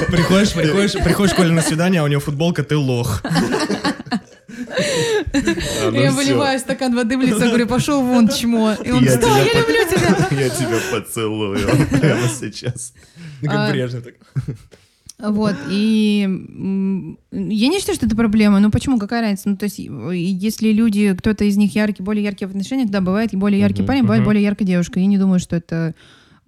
Приходишь, приходишь, приходишь к Оле на свидание, а у него футболка, ты лох. А, ну <laughs> Я всё. <laughs> выливаю стакан воды в лицо, говорю, пошел вон, чмо. И он, Я что, тебя я под- люблю тебя. Я тебя поцелую <laughs> прямо сейчас. Ну, как А. Брежнев так. Вот, и м, я не считаю, что это проблема, но почему, какая разница? Ну, то есть, и- и если люди, кто-то из них яркий, более яркие в отношениях, да, бывает и более яркий Мгм, парень, бывает мгм. более яркая девушка. Я не думаю, что это,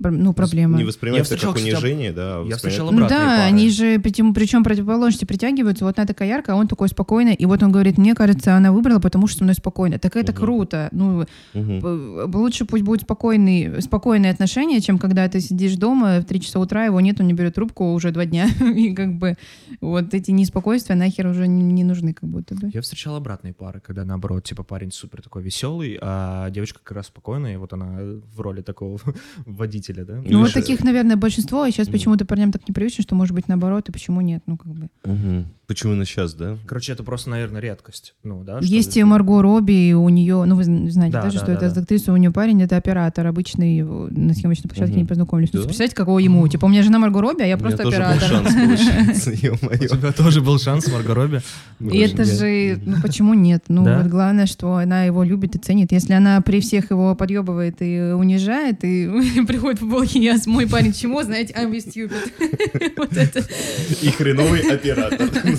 пр- ну, проблема. Не Я воспринимается встречал, как кстати, об- унижение, да. а Я воспринимают встречал как Ну да, обратные пары. они же причем, причем противоположности притягиваются. Вот она такая яркая, а он такой спокойный. И вот он говорит, мне кажется, она выбрала, потому что со мной спокойно. Так это Мгм. круто. Ну, Мгм. п- лучше пусть будет спокойный, спокойные отношения, чем когда ты сидишь дома в 3 часа утра, его нет, он не берет трубку уже два дня. <laughs> И как бы вот эти неспокойствия нахер уже не, не нужны как будто бы. Я встречал обратные пары, когда наоборот, типа парень супер такой веселый, а девочка как раз спокойная, и вот она в роли такого <laughs> водителя, да? Ну, вот Или- таких, наверное, большинство, и сейчас э, Мгм. почему-то парням так не привычно, что может быть наоборот, и почему нет, ну как бы. Мгм. Почему на сейчас, да? Короче, это просто, наверное, редкость. Ну, да? что Есть ли? и Марго Робби, и у нее, ну вы зн- знаете, Да, даже, да, что да, это да. актриса, у нее парень, это оператор обычный, э, на съемочной площадке Мгм. не познакомились. Ну, Да? представляете, какого ему, типа, у меня жена Марго Робби, а я У просто меня тоже был оператор. шанс, получается, У ё-моё. тебя тоже был шанс, Марго Робби. <laughs> И это же, ну почему нет? Ну Да? вот главное, что она его любит и ценит. Если она при всех его подъебывает и унижает, и <laughs> приходит в блоке, я с мой парень чему, знаете, I'm with you. <laughs> Вот это. И хреновый оператор. <laughs>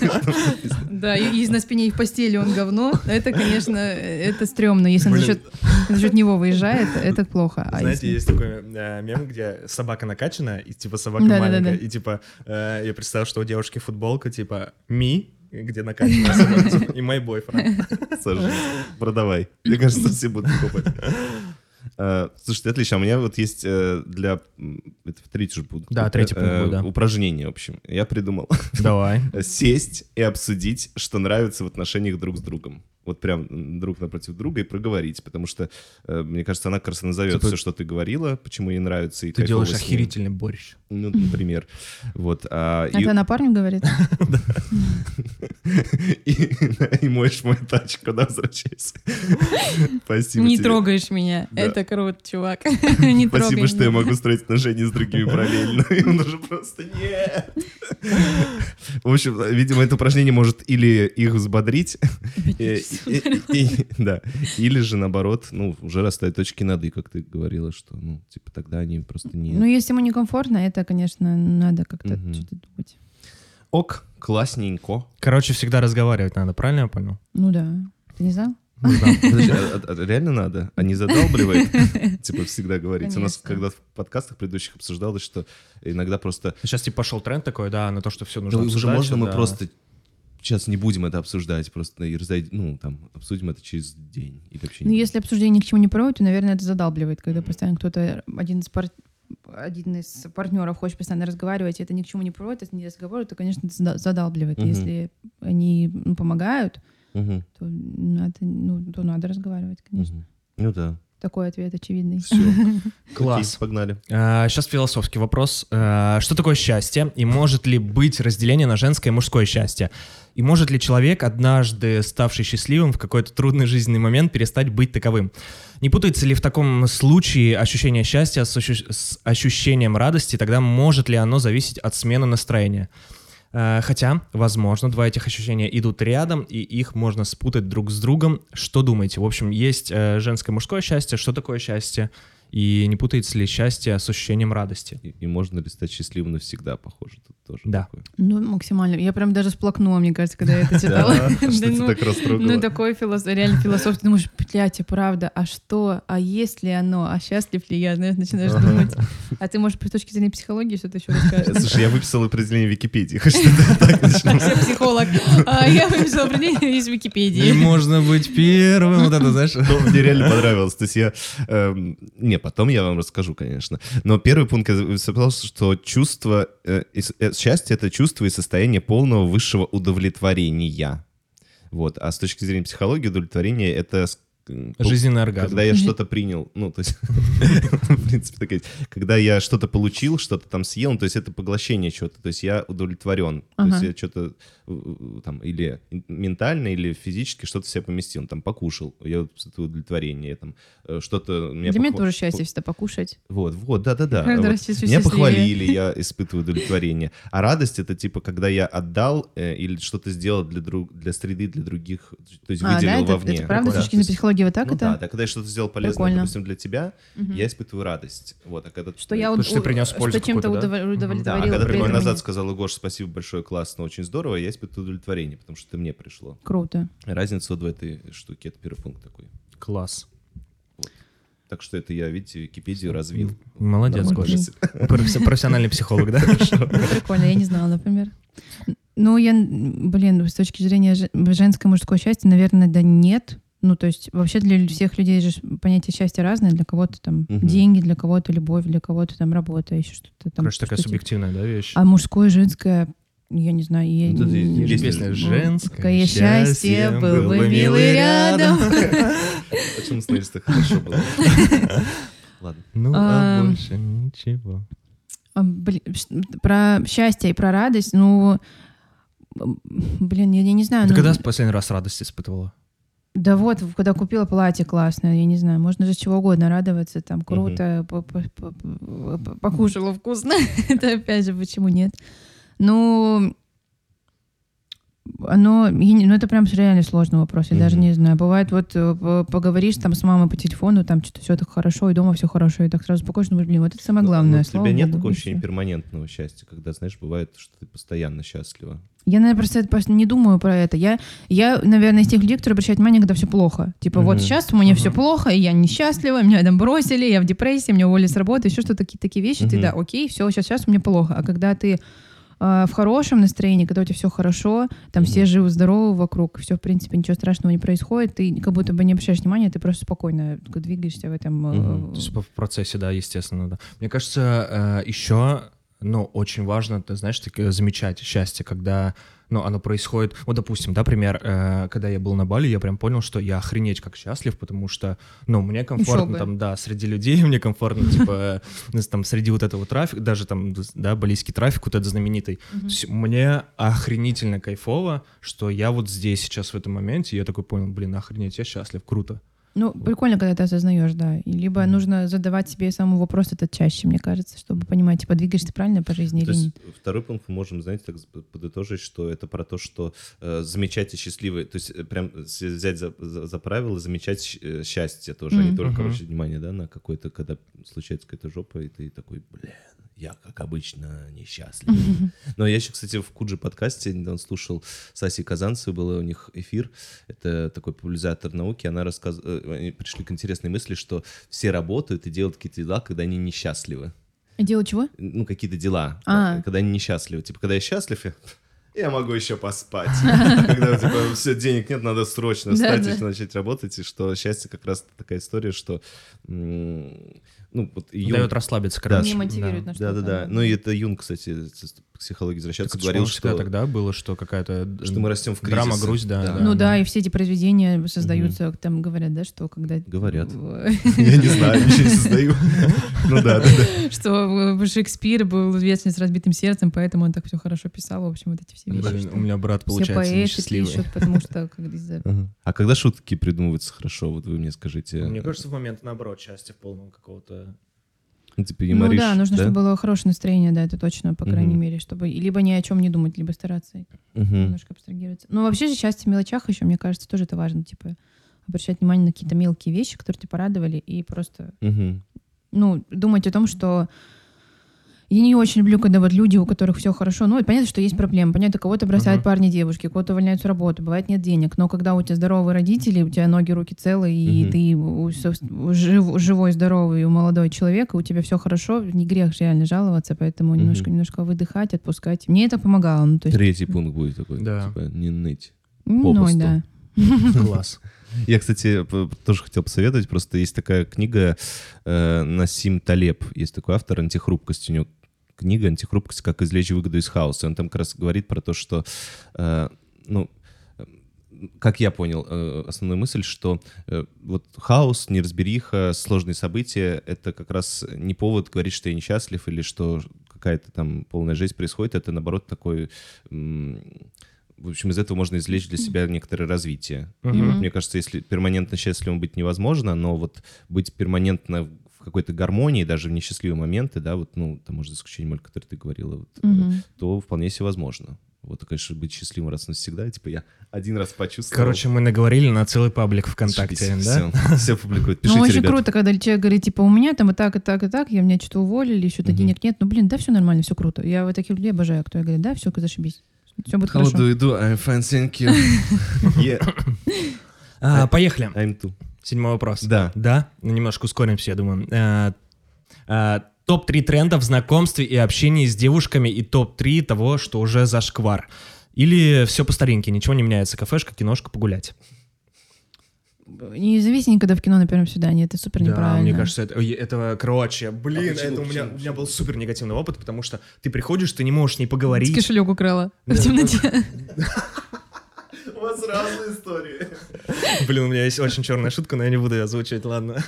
Да, и, и на спине их постели он говно. Это, конечно, это стрёмно. Если он за Блин. счет, за счёт него выезжает, это плохо. А Знаете, если- есть такой э, мем, где собака накачана, и типа собака Да-да-да-да. маленькая, и типа э, я представил, что у девушки футболка типа «ми», где накачана собака, типа, и «my boyfriend». Сажи, продавай. Мне кажется, все будут покупать. Э, Слушайте, отлично. У меня вот есть э, для... м, Это в третий же буду. Да, третий пункт Э, будет, да. Упражнение, в общем. Я придумал. <laughs> Давай. Сесть и обсудить, что нравится в отношениях друг с другом. Вот прям м, друг напротив друга и проговорить, потому что, э, мне кажется, она как раз и назовет Типа- все, что ты говорила, почему ей нравится. И Ты кайфово делаешь с ней. охерительный борщ. Ну, например. Вот. а, и- Это она парню говорит? <laughs> И, и моешь мою тачку, когда <laughs> возвращаюсь. Спасибо Не тебе. трогаешь меня. <laughs> Да. Это круто, чувак. <laughs> Не трогай Спасибо, что я меня. могу строить отношения с <laughs> другими параллельно. И он уже просто нет. В общем, видимо, это упражнение может или их <laughs> взбодрить, и- и- и- да, или же наоборот, ну, уже расставить точки над «и», как ты говорила, что, ну, типа, тогда они просто Ну, не... если ему некомфортно, это, конечно, надо как-то Мгм. что-то думать. Ок, классненько. Короче, всегда разговаривать надо, правильно я понял? Ну Ну да. Ты не знал? Подожди, а- а- а реально надо? А не <laughs> задалбливает? Типа всегда говорить. У нас Конечно. когда в подкастах предыдущих обсуждалось, что иногда просто... Сейчас типа пошел тренд такой, да, на то, что все нужно Ну, уже обсуждать, можно мы да. просто сейчас не будем это обсуждать, просто и разой- ну, там, обсудим это через день или вообще Ну, не- если обсуждение ни к чему не приводит, то, наверное, это задалбливает, когда постоянно кто-то, один из, пар- один из партнеров хочет постоянно разговаривать, и это ни к чему не приводит, это не разговор, то, конечно, это зада- задалбливает. Мгм. Если они ну, помогают, Мгм, то надо, ну, то надо разговаривать, конечно. мгм. Ну да. Такой ответ очевидный. <laughs> Все. Класс. Погнали. сейчас Э, философский вопрос. А, что такое счастье? И может ли быть разделение на женское и мужское счастье? И может ли человек, однажды ставший счастливым в какой-то трудный жизненный момент, перестать быть таковым? Не путается ли в таком случае ощущение счастья с, ощу- с ощущением радости? Тогда может ли оно зависеть от смены настроения? А, Хотя, возможно, два этих ощущения идут рядом, и их можно спутать друг с другом. Что думаете? В общем, есть э, женское и мужское счастье. Что такое счастье? И не путается ли счастье с ощущением радости? И и можно ли стать счастливым навсегда, похоже, тут тоже. Да. такое. Ну, максимально. Я прям даже сплакнула, мне кажется, когда я это <laughs> читала. Да? Что Да ты ну, так Ну, растрогала? такой философ, реально философ. Ты думаешь, блядь, и правда, а что? А есть ли оно? А счастлив ли я? Знаешь, <laughs> начинаешь Ага. думать. А ты, может, с точки зрения психологии что-то еще расскажешь? Э, Слушай, я выписал определение в Википедии. <laughs> Хоть что-то так начнем. Я психолог. А я выписала определение из Википедии. можно быть первым, вот это, знаешь? <laughs> Ну, мне реально понравилось. То есть я... эм, не, потом я вам расскажу, конечно. Но первый пункт я записал, что чувство... э, и с- э, счастье — это чувство и состояние полного высшего удовлетворения. Вот. А с точки зрения психологии удовлетворение — это... э, с- м, <laughs> Жизненный оргазм. когда я что-то принял, ну, то есть, <laughs> в принципе, так и есть. когда я что-то получил, что-то там съел, ну, то есть это поглощение чего-то, то есть я удовлетворен, то есть Ага. я что-то э, там или ментально, или физически что-то в себя поместил, там покушал, я вот это удовлетворение, я там э, что-то... меня Для меня похва- тоже счастье всегда покушать. Вот, вот, да-да-да. Каждый вот. раз чувствую Меня счастливее. похвалили, я испытываю удовлетворение. А радость — это типа, когда я отдал э, или что-то сделал для, друг, для среды, для других, то есть А, да, выделил это, вовне. А, это Да, правда с точки то зрения есть- психологии итоге вот так ну это? да, да, когда я что-то сделал полезное, Прикольно. допустим, для тебя, Мгм. я испытываю радость. Вот, а когда Что я Да, уд- <laughs> Потому что ты принёс у- пользу что чем-то какую-то, да? удов- Мгм. удовлетворил. а когда при ты этом год назад меня. сказала, Гош, спасибо большое, классно, очень здорово, я испытываю удовлетворение, потому что ты мне пришло. Круто. Разница вот в этой штуке, это первый пункт такой. Класс. Так что это я, видите, Википедию развил. Молодец, Нормально. Гоша. Професс- Профессиональный психолог, да? Прикольно, я не знала, например. Ну, я, н- блин, с точки зрения же- женское и мужское счастье, наверное, да нет. Ну, то есть вообще для лю- всех людей же понятие счастья разное. Для кого-то там Мгм. деньги, для кого-то любовь, для кого-то там работа, еще что-то там. Короче, такая что-то. субъективная, да, вещь? А мужское, женское, я не знаю, я Ну, тут не- есть- не- есть Песня Ну, «Женское счастье был бы милый рядом». <laughs> Почему становились <laughs> так хорошо было? Ладно. Ну, а Эм. больше ничего. <laughs> А, блин, ш- про счастье и про радость, ну, м, блин, я, я не знаю. Ты ну, когда в последний раз радость испытывала? Да вот, в- когда купила платье классное, я не знаю, можно же чего угодно радоваться, там круто, по- по- по- по- по- покушала вкусно, <laughs> это опять же, почему нет? Ну, оно, я не- ну это прям реально сложный вопрос, я даже Мгм. не знаю. Бывает, вот э, по- поговоришь там с мамой по телефону, там что-то все так хорошо, и дома все хорошо, и так сразу успокоишь, думаешь, блин, вот это самое Ну, главное. а ну, У слава тебя нет богу, такого и ощущения всё. перманентного счастья, когда, знаешь, бывает, что ты постоянно счастлива. Я, наверное, просто, это- просто не думаю про это. Я, я, наверное, из тех людей, которые обращают внимание, когда все плохо. Типа, вот Мгм. сейчас у меня все Мгм. плохо, и я несчастлива, меня там бросили, я в депрессии, меня уволили с работы, еще что-то, такие, такие вещи. Ты, Мгм. да, окей, все, сейчас, сейчас у меня плохо. А когда ты э, в хорошем настроении, когда у тебя все хорошо, там все Мгм. живы-здоровы вокруг, все, в принципе, ничего страшного не происходит, ты как будто бы не обращаешь внимания, ты просто спокойно двигаешься в этом... э, Мгм. То есть в процессе, да, естественно, да. Мне кажется, э, еще, ну, очень важно, ты знаешь, так, э, замечать счастье, когда, ну, оно происходит. Вот, допустим, да, пример, э, когда я был на Бали, я прям понял, что я охренеть как счастлив, потому что, ну, мне комфортно бы. там, да, среди людей, <laughs> мне комфортно, типа, э, там, среди вот этого трафика, даже там, да, балийский трафик вот этот знаменитый. То Мгм. есть мне охренительно кайфово, что я вот здесь сейчас в этом моменте, и я такой понял, блин, охренеть, я счастлив, круто. Ну, прикольно, когда ты осознаешь, да. И Либо Мгм. нужно задавать себе самому вопрос этот чаще, мне кажется, чтобы понимать, типа, двигаешься ты правильно по жизни То или есть нет. второй пункт мы можем, знаете, так п- подытожить, что это про то, что э, замечать и счастливый, то есть э, прям с- взять за, за- за правило замечать щ- э, счастье тоже, а не Мгм. только Мгм. обращать внимание, да, на какое-то, когда случается какая-то жопа, и ты такой, блин, я, как обычно, несчастлив. Но я еще, кстати, в Куджи подкасте недавно слушал Саси Казанцевой, был у них эфир, это такой популяризатор науки, она рассказывала, они пришли к интересной мысли, что все работают и делают какие-то дела, когда они несчастливы А Дело чего? ну, какие-то дела, А. да, когда они несчастливы. Типа, когда я счастлив, я, <laughs> я могу еще <laughs> поспать. А Когда, типа, все, денег нет, надо срочно встать Да, да. и начать работать. И что счастье как раз такая история, что... м, Ну, вот и Юнг- Дает расслабиться, Да. короче. Не мотивирует на что-то. Да-да-да. Ну, и это Юнг, кстати, с к психологии Так возвращаться, это ж, говорил, по-моему, всегда что... тогда было, что какая-то... что мы растем в кризисе. Драма, грусть, да, Да. Ну да, и все эти произведения создаются, там говорят, да, что когда... Говорят. в- <laughs> <laughs> Я не знаю, ничего не <laughs> создаю. Ну да, да, да. Что э, Шекспир был известен с разбитым сердцем, поэтому он так все хорошо писал, в общем, вот эти все вещи. Блин, что у меня брат, Все получается, поэты несчастливый. пишут, потому что... как <laughs> из-за- Ага. А когда шутки придумываются хорошо, вот вы мне скажите. Мне кажется, в момент, наоборот, счастья полного какого-то... Ну, типа Ну юморишь, да, нужно, да? чтобы было хорошее настроение, да, это точно, по крайней Мгм. мере, чтобы либо ни о чем не думать, либо стараться Мгм. немножко абстрагироваться. Ну, вообще же счастье в мелочах еще, мне кажется, тоже это важно, типа, обращать внимание на какие-то мелкие вещи, которые тебя порадовали, и просто, Мгм. ну, думать о том, что я не очень люблю, когда вот люди, у которых все хорошо, ну, и понятно, что есть проблемы, понятно, кого-то бросают Мгм. парни, девушки, кого-то увольняют с работы, бывает нет денег, но когда у тебя здоровые родители, у тебя ноги, руки целые, и Мгм. ты у- сов- жив- живой, здоровый, молодой человек, и у тебя все хорошо, не грех же реально жаловаться, поэтому Мгм. немножко, немножко выдыхать, отпускать. Мне это помогало, ну, то есть, Третий пункт будет такой, Да. типа, не ныть. ну, попусту. да. <laughs> Класс. Я, кстати, п- тоже хотел посоветовать, просто есть такая книга э, Насим Талеб, есть такой автор, «Антихрупкость» у него книга «Антихрупкость. Как извлечь выгоду из хаоса». Он там как раз говорит про то, что, э, ну, э, как я понял, э, основную мысль, что э, вот хаос, неразбериха, сложные события — это как раз не повод говорить, что я несчастлив или что какая-то там полная жизнь происходит. Это, наоборот, такой... м, В общем, из этого можно извлечь для себя некоторое развитие. И Мгм. вот мне кажется, если перманентно счастливым быть невозможно, но вот быть перманентно в какой-то гармонии, даже в несчастливые моменты, да, вот, ну, там, может, за исключением, Оль, который ты говорила, вот, э, Мгм. то вполне себе возможно. Вот, конечно, быть счастливым раз навсегда. Типа я один раз почувствовал. Короче, мы наговорили на целый паблик ВКонтакте, Зашибись. да? <laughs> Все, все публикуют. Ну, Пишите, очень ребята. круто, когда человек говорит, типа, у меня там и так, и так, и так, я меня что-то уволили, еще то Мгм. денег нет. Ну, блин, да, все нормально, все круто. Я вот таких людей обожаю, кто говорит, да, все, зашибись. Все будет Ну, How хорошо. do you do? I'm fine, thank you. <laughs> Yeah, А, Поехали. I'm too. Седьмой вопрос. Да. Да? Ну, немножко ускоримся, я думаю. Э, э, Топ-3 тренда в знакомстве и общении с девушками и топ-3 того, что уже зашквар. Или все по старинке, ничего не меняется. Кафешка, киношка, погулять. Не зависи никогда в кино на первом свидании, это супер неправильно. Да, мне кажется, это, ой, это, короче, блин, А почему, это у меня, почему, у меня был супер негативный опыт, потому что ты приходишь, ты не можешь с ней поговорить. Кошелек украла Да. в темноте. <laughs> У вас разные истории. <laughs> Блин, у меня есть очень черная шутка, но я не буду ее озвучивать, ладно.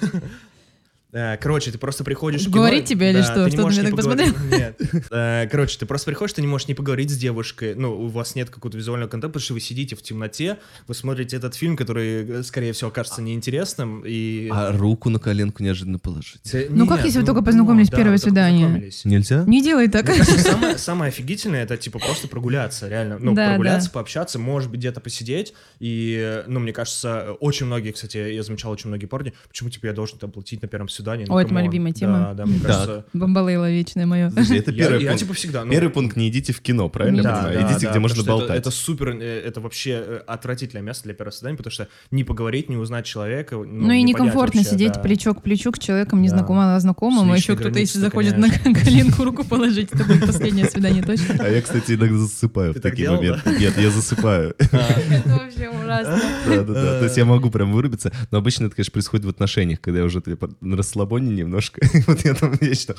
Э, Короче, ты просто приходишь... в кино- Говорить тебе или Да, что? ты не Что ты можешь на меня не так поговорить. <laughs> Нет. Э, Короче, ты просто приходишь, ты не можешь не поговорить с девушкой. Ну, у вас нет какого-то визуального контакта, потому что вы сидите в темноте, вы смотрите этот фильм, который, э, скорее всего, окажется неинтересным, и... А руку на коленку неожиданно положить. Да Ну, как нет, если вы только познакомились да, первое вы только свидание? познакомились. Нельзя? Не делай так. Мне кажется, самое, самое офигительное это типа просто прогуляться, реально. Ну, Да, прогуляться, да. пообщаться, может быть, где-то посидеть. И, ну, мне кажется, очень многие, кстати, я замечал, очень многие парни, почему типа я должен там платить на первом свидании. Ну, О, это моя камон. любимая тема. Да, да, мне Да. кажется. Бомбалейла вечное мое. <laughs> Подожди, это я, первый я, пункт. типа всегда. ну, Первый пункт, не идите в кино, правильно? я Да, понимаю? да, Идите, где потому можно что это- болтать. Это, супер, э, это вообще э, отвратительное место для первого свидания, потому что не поговорить, не узнать человека. Ну, Ну и не понять некомфортно вообще, сидеть да. плечо к плечу к человеком незнакомым, а знакомым, С а личной еще кто-то если границей, захочет на <laughs> коленку руку положить, это будет последнее свидание, точно. А я, кстати, иногда засыпаю Ты в так такие делал, моменты. Нет, я <laughs> засыпаю. <laughs> Это вообще ужасно. Да, да, да. То есть я могу прям вырубиться. Но обычно это, конечно, происходит в отношениях, когда я уже типа, на расслабоне немножко. <laughs> И Вот я там вечно...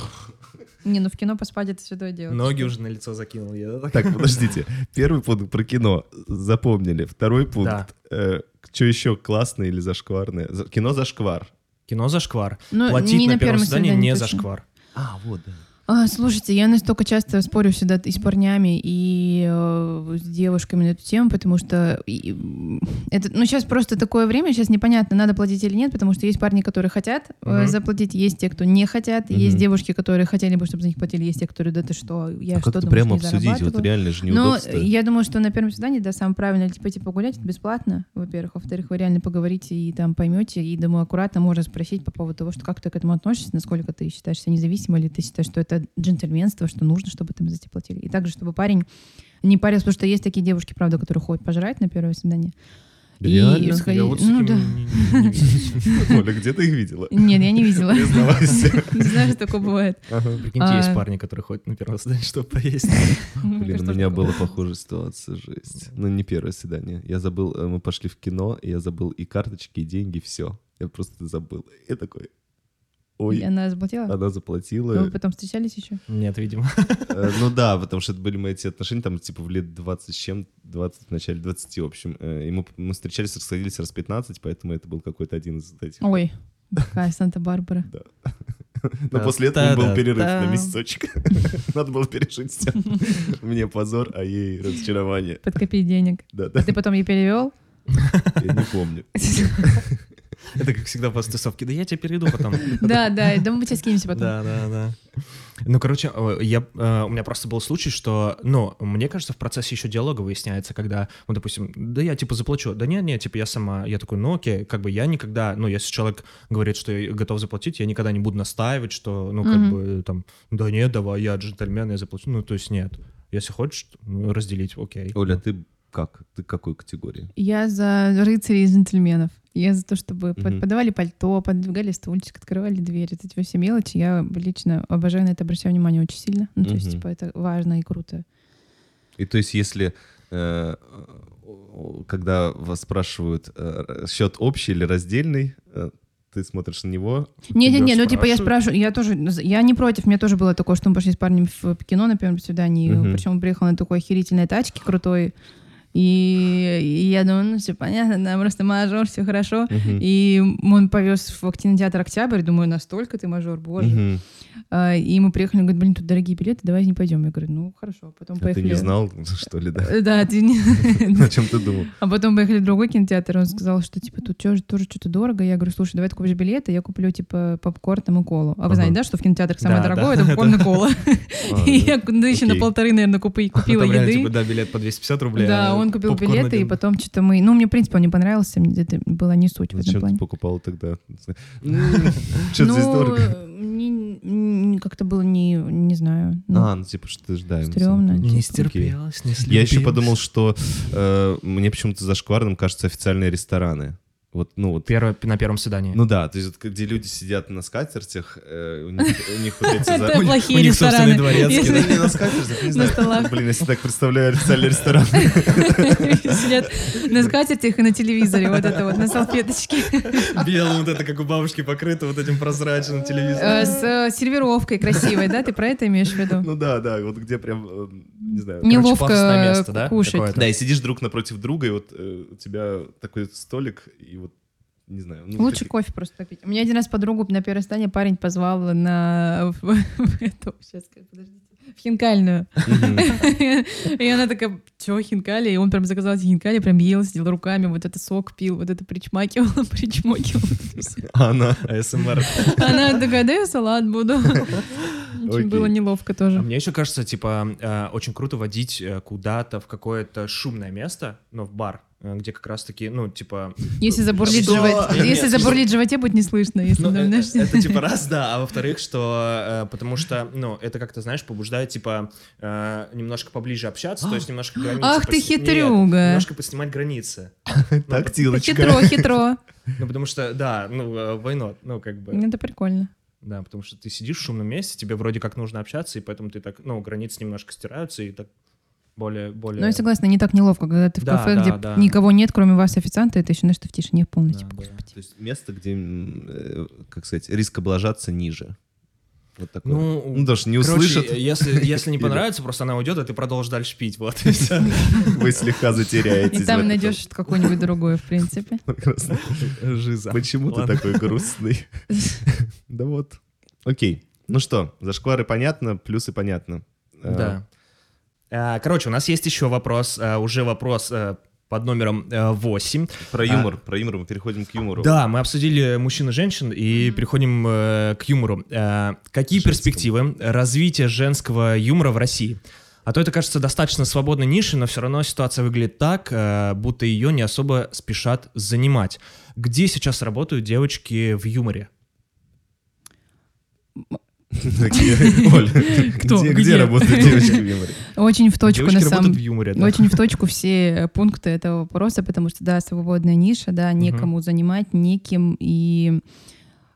Не, ну в кино поспать это святое дело. Ноги уже на лицо закинул. Я так- Так, подождите. Первый пункт про кино запомнили. Второй Да. пункт. э, Что еще классное или зашкварное? За- Кино зашквар. Кино зашквар. Ну, Платить не на, на первом первом свидании свидании не точно. зашквар. А, вот, да. А, слушайте, я настолько часто спорю всегда и с парнями, и э, с девушками на эту тему, потому что и, м, это, ну, сейчас просто такое время, сейчас непонятно, надо платить или нет, потому что есть парни, которые хотят э, Мгм. заплатить, есть те, кто не хотят, есть Мгм. девушки, которые хотели бы, чтобы за них платили, есть те, которые, да ты что, я А что как это думаешь, прямо не обсудить? Вот зарабатываю?» реально же Ну, неудобство. я думаю, что на первом свидании, да, самое правильное, типа, типа гулять это бесплатно, во-первых. Во-вторых, вы реально поговорите и там поймете. И, думаю, аккуратно можно спросить по поводу того, что как ты к этому относишься, насколько ты считаешься независимой, или ты считаешь, что это джентльменство, что нужно, чтобы там за тебя платили. И также, чтобы парень не парился, потому что есть такие девушки, правда, которые ходят пожрать на первое свидание. И Реально? сходи- Я вот с ну такими да. не- не- не виделся. <laughs> Оля, где ты их видела? Нет, я не видела. Признавайся. <laughs> Не знаю, что такое бывает. Прикиньте, есть А. парни, которые ходят на <laughs> первое свидание, чтобы поесть. Мне Блин, кажется, у меня тоже была похожая ситуация, жесть. Ну, не первое свидание. Я забыл, э, мы пошли в кино, и я забыл и карточки, и деньги, все. Я просто забыл. Я такой, такое. ой, Она заплатила? она Но Вы заплатила. потом встречались еще? Нет, видимо. Э, Ну да, потому что это были мои те отношения, там, типа, в лет 20 с чем, 20, в начале 20, в общем. Э, И мы, мы встречались, расходились раз 15, поэтому это был какой-то один из этих. Ой, какая Санта-Барбара. Но после этого был Та-та-та. перерыв на месяцочек. <laughs> Надо было пережить все. Мне позор, а ей разочарование. Подкопить денег. Да, да, А ты потом <laughs> ей перевел? я не помню. <laughs> Это как всегда после тусовки. Да я тебе перейду потом. Да, да, и думаю, мы тебя скинемся потом. Да, да, да. Ну, короче, э, я, э, у меня просто был случай, что, ну, мне кажется, в процессе еще диалога выясняется, когда, ну, допустим, да я, типа, заплачу, да нет, нет, типа, я сама, я такой, ну, окей, как бы я никогда, ну, если человек говорит, что я готов заплатить, я никогда не буду настаивать, что, ну, как Мгм. бы, там, да нет, давай, я джентльмен, я заплачу, ну, то есть нет. Если хочешь, ну, разделить, окей. Оля, ты как? Ты какой категории? Я за рыцарей и джентльменов. Я за то, чтобы под- Мгм. подавали пальто, подвигали стульчик, открывали дверь. Вот эти все мелочи. Я лично обожаю на это обращаю внимание очень сильно. Ну, то есть, Мгм. типа, это важно и круто. И то есть, если э, о- когда вас спрашивают, э, счет общий или раздельный, э, ты смотришь на него. Не-не-не, ну, типа, я спрашиваю, я тоже, за- я не против, мне тоже было такое, что мы пошли с парнем в кино на первом свидании, Мгм. причем он приехал на такой охерительной тачке крутой, и, и я думаю, ну, все понятно, да, просто мажор, все хорошо. Мгм. И он повез в кинотеатр «Октябрь», думаю, настолько ты мажор, боже. Мгм. А, И мы приехали, он говорит, блин, тут дорогие билеты, давай не пойдем. Я говорю, ну хорошо, потом А ты поехали. не знал, что ли, да? Э, Да, ты не- О чем ты думал? <laughs> А потом поехали в другой кинотеатр, и он сказал, что, типа, тут тоже, тоже что-то дорого. Я говорю, слушай, давай ты купишь билеты, я куплю, типа, попкорн там и колу. А вы Ага. знаете, да, что в кинотеатрах самое Да, да. дорогое — это <laughs> попкорн и кола. А, И я ну, еще на Окей. полторы, наверное, купи- купила Там реально, еды. типа, да, билет по 250 рублей. Да, а он купил попкорн билеты, и один. потом что-то мы... Ну, мне, в принципе, он не понравился, мне это была не суть в этом Зачем ты плане. покупал тогда? <laughs> Что-то здесь Ну, дорого. не- не- как-то было не... Не знаю. Ну, А, ну типа, что ждаем. стрёмно. Типа, Не Окей. стерпелось, не Я еще слюбилось. подумал, что э, мне почему-то зашкварным кажутся официальные рестораны. Вот, ну вот. Первое, на первом свидании. <laughs> Ну да, то есть вот где люди сидят на скатертях, э, у них у них <laughs> вот эти... за- Это у плохие них собственный рестораны. дворецкий, Ну, Если не на скатертях, не На знаю. столах. Блин, если так представляю официальный ресторан. <laughs> <laughs> сидят на скатертях и на телевизоре, вот это вот, на салфеточке. Белым вот это, как у бабушки, покрыто вот этим прозрачным телевизором. Э, С э, сервировкой красивой, да? Ты про это имеешь в виду? Ну да, да, вот где прям, э, не знаю. Не- пафосное Неловко место, да, кушать. какое-то? Да, и сидишь друг напротив друга, и вот э, у тебя такой столик, и вот, не знаю. ну, Лучше такие- кофе просто попить. У меня один раз подругу на первое свидание парень позвал на в- <laughs> в эту, сейчас, как, подождите, в хинкальную. И она такая, чё, хинкали? И он прям заказал эти хинкали, прям ел, сидел руками, вот это сок пил, вот это причмакивал, <laughs> причмокивал. вот это всё. А Она. <laughs> АСМР. Она такая, да я салат буду. Очень Окей. было неловко А тоже. мне еще кажется, типа, э, очень круто водить э, куда-то в какое-то шумное место, но в бар, э, где как раз-таки, ну, <laughs> типа... Если забурлит Что? живот, Нет, если нет. забурлит в животе, будет не слышно. Если ну, там, э, знаешь, <laughs> э, это типа раз, да, а во-вторых, что э, потому что, ну, это как-то, знаешь, побуждает, типа, э, немножко поближе общаться, <gasps> то есть немножко границы... Ах ты посни- Нет, хитрюга. Немножко поснимать границы. Тактилочка. Хитро, хитро. Ну, потому что, да, ну, э, why not? ну, как бы... Это прикольно. Да, потому что ты сидишь в шумном месте, тебе вроде как нужно общаться, и поэтому ты так, ну, границы немножко стираются, и так более, более... Ну, я согласна, не так неловко, когда ты в Да, кафе, да, где да. никого нет, кроме вас, официанта, это еще, знаешь, ты в тишине полной, Да, типа, да. господи. То есть место, где, м, э, как сказать, риск облажаться ниже. Вот такое. Ну, Ну, потому что не короче, э, услышат, если, если не Или- понравится, просто она уйдет, а ты продолжишь дальше пить, вот, и всё. <laughs> вы слегка затеряетесь. И в этом. там найдешь <laughs> какое-нибудь другое, в принципе. Прекрасно. Жиза. Почему ты Ладно. такой грустный? Да вот. Окей. Ну что, зашквары понятно, плюсы понятно. Э, Да. А, Короче, у нас есть еще вопрос, а, уже вопрос а, под номером э, 8. Про юмор, про юмор мы переходим к юмору. Да, мы обсудили мужчин и женщин и переходим э, к юмору. Э, Какие Женскому. перспективы развития женского юмора в России? А то это кажется достаточно свободной нишей, но все равно ситуация выглядит так, э, будто ее не особо спешат занимать. Где сейчас работают девочки в юморе? Такие, <laughs> Оль, Кто? где- где Где? работают девочки в юморе? Очень в точку, девочки на работают самом в юморе, да. Очень в точку все э, пункты этого вопроса, потому что, да, свободная ниша, да, некому занимать, неким. И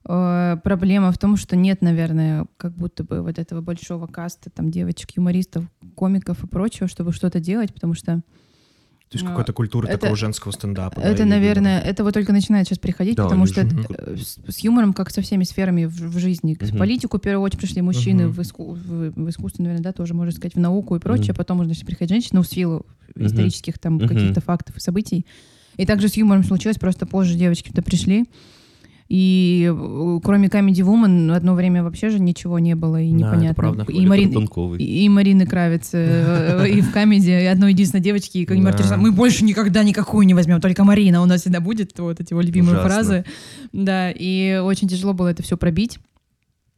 э, проблема в том, что нет, наверное, как будто бы вот этого большого каста, там, девочек-юмористов, комиков и прочего, чтобы что-то делать, потому что То есть Ну, какой-то культуры это- такого женского стендапа. да, Это, или наверное, это вот только начинает сейчас приходить, Да, потому они что же- это, э, с, с юмором, как со всеми сферами в, в жизни. В Мгм. политику, в первую очередь, пришли мужчины, Мгм. в, иску- в- в искусство, наверное, да, тоже, можно сказать, в науку и прочее. Потом уже начали приходить женщины, ну, в силу Мгм. исторических там Мгм. каких-то фактов и событий. И также с юмором случилось, просто позже девочки-то пришли. И э, кроме Comedy Woman одно время вообще же ничего не было и Да, это непонятно. правда. И, Марин, Тонковый. и и Марины Кравец, э, э, и в Камеди, и одной единственной девочки, и Кагнимар Да. Тюрксян. Мы больше никогда никакую не возьмем, только Марина у нас всегда будет, вот эти его любимые Ужасно. фразы. Да, и очень тяжело было это все пробить.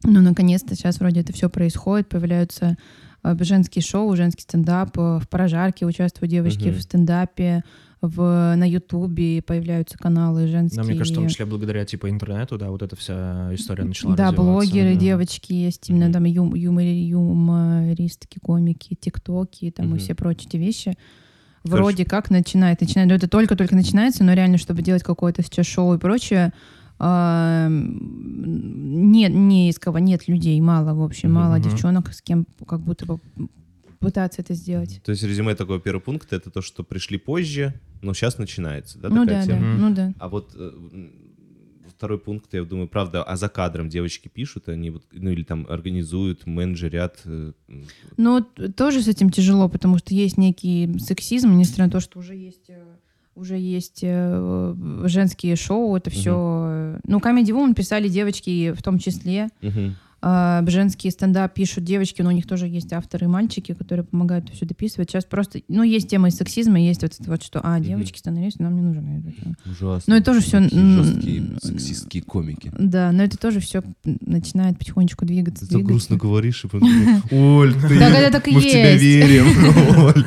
Но наконец-то сейчас вроде это все происходит, появляются э, женские шоу, женский стендап, э, в «Прожарке» участвуют девочки Мгм. в стендапе, в, на Ютубе появляются каналы женские. Да, мне кажется, в том числе благодаря типа интернету, да, вот эта вся история начала Да, развиваться, блогеры, да. девочки есть, именно Мгм. там юм- юмори- юмористки, комики, тиктоки, там Мгм. и все прочие эти вещи. Короче. Вроде как начинает, начинает, но это только-только начинается, но реально, чтобы делать какое-то сейчас шоу и прочее, а, м, нет, не из кого, нет людей, мало, в общем, Мгм, мало мгм. девчонок, с кем как будто бы пытаться это сделать. То есть резюме такого первого пункта — это то, что пришли позже, но сейчас начинается, да, ну такая да, да, тема? Мгм. ну да. А вот э, м, второй пункт, я думаю, правда, а за кадром девочки пишут, они вот, ну или там организуют, менеджерят. э, м. Ну, т- тоже с этим тяжело, потому что есть некий сексизм, несмотря на то, что уже есть э, уже есть э, женские шоу, это все... Ну, Comedy Woman писали девочки в том числе, Мгм. а, женский стендап пишут девочки, но у них тоже есть авторы и мальчики, которые помогают это все дописывать. Сейчас просто, ну, есть тема из сексизма, есть вот это вот, что, а, девочки становились, нам не нужно. это. Ужасно. Ну, это тоже всё, Такие м, жесткие сексистские комики. Да, но это тоже все начинает потихонечку двигаться. Ты так двигаться. грустно говоришь, и потом такой, <laughs> Оль, ты, Так это так и мы в тебя есть. <laughs> верим, Оль.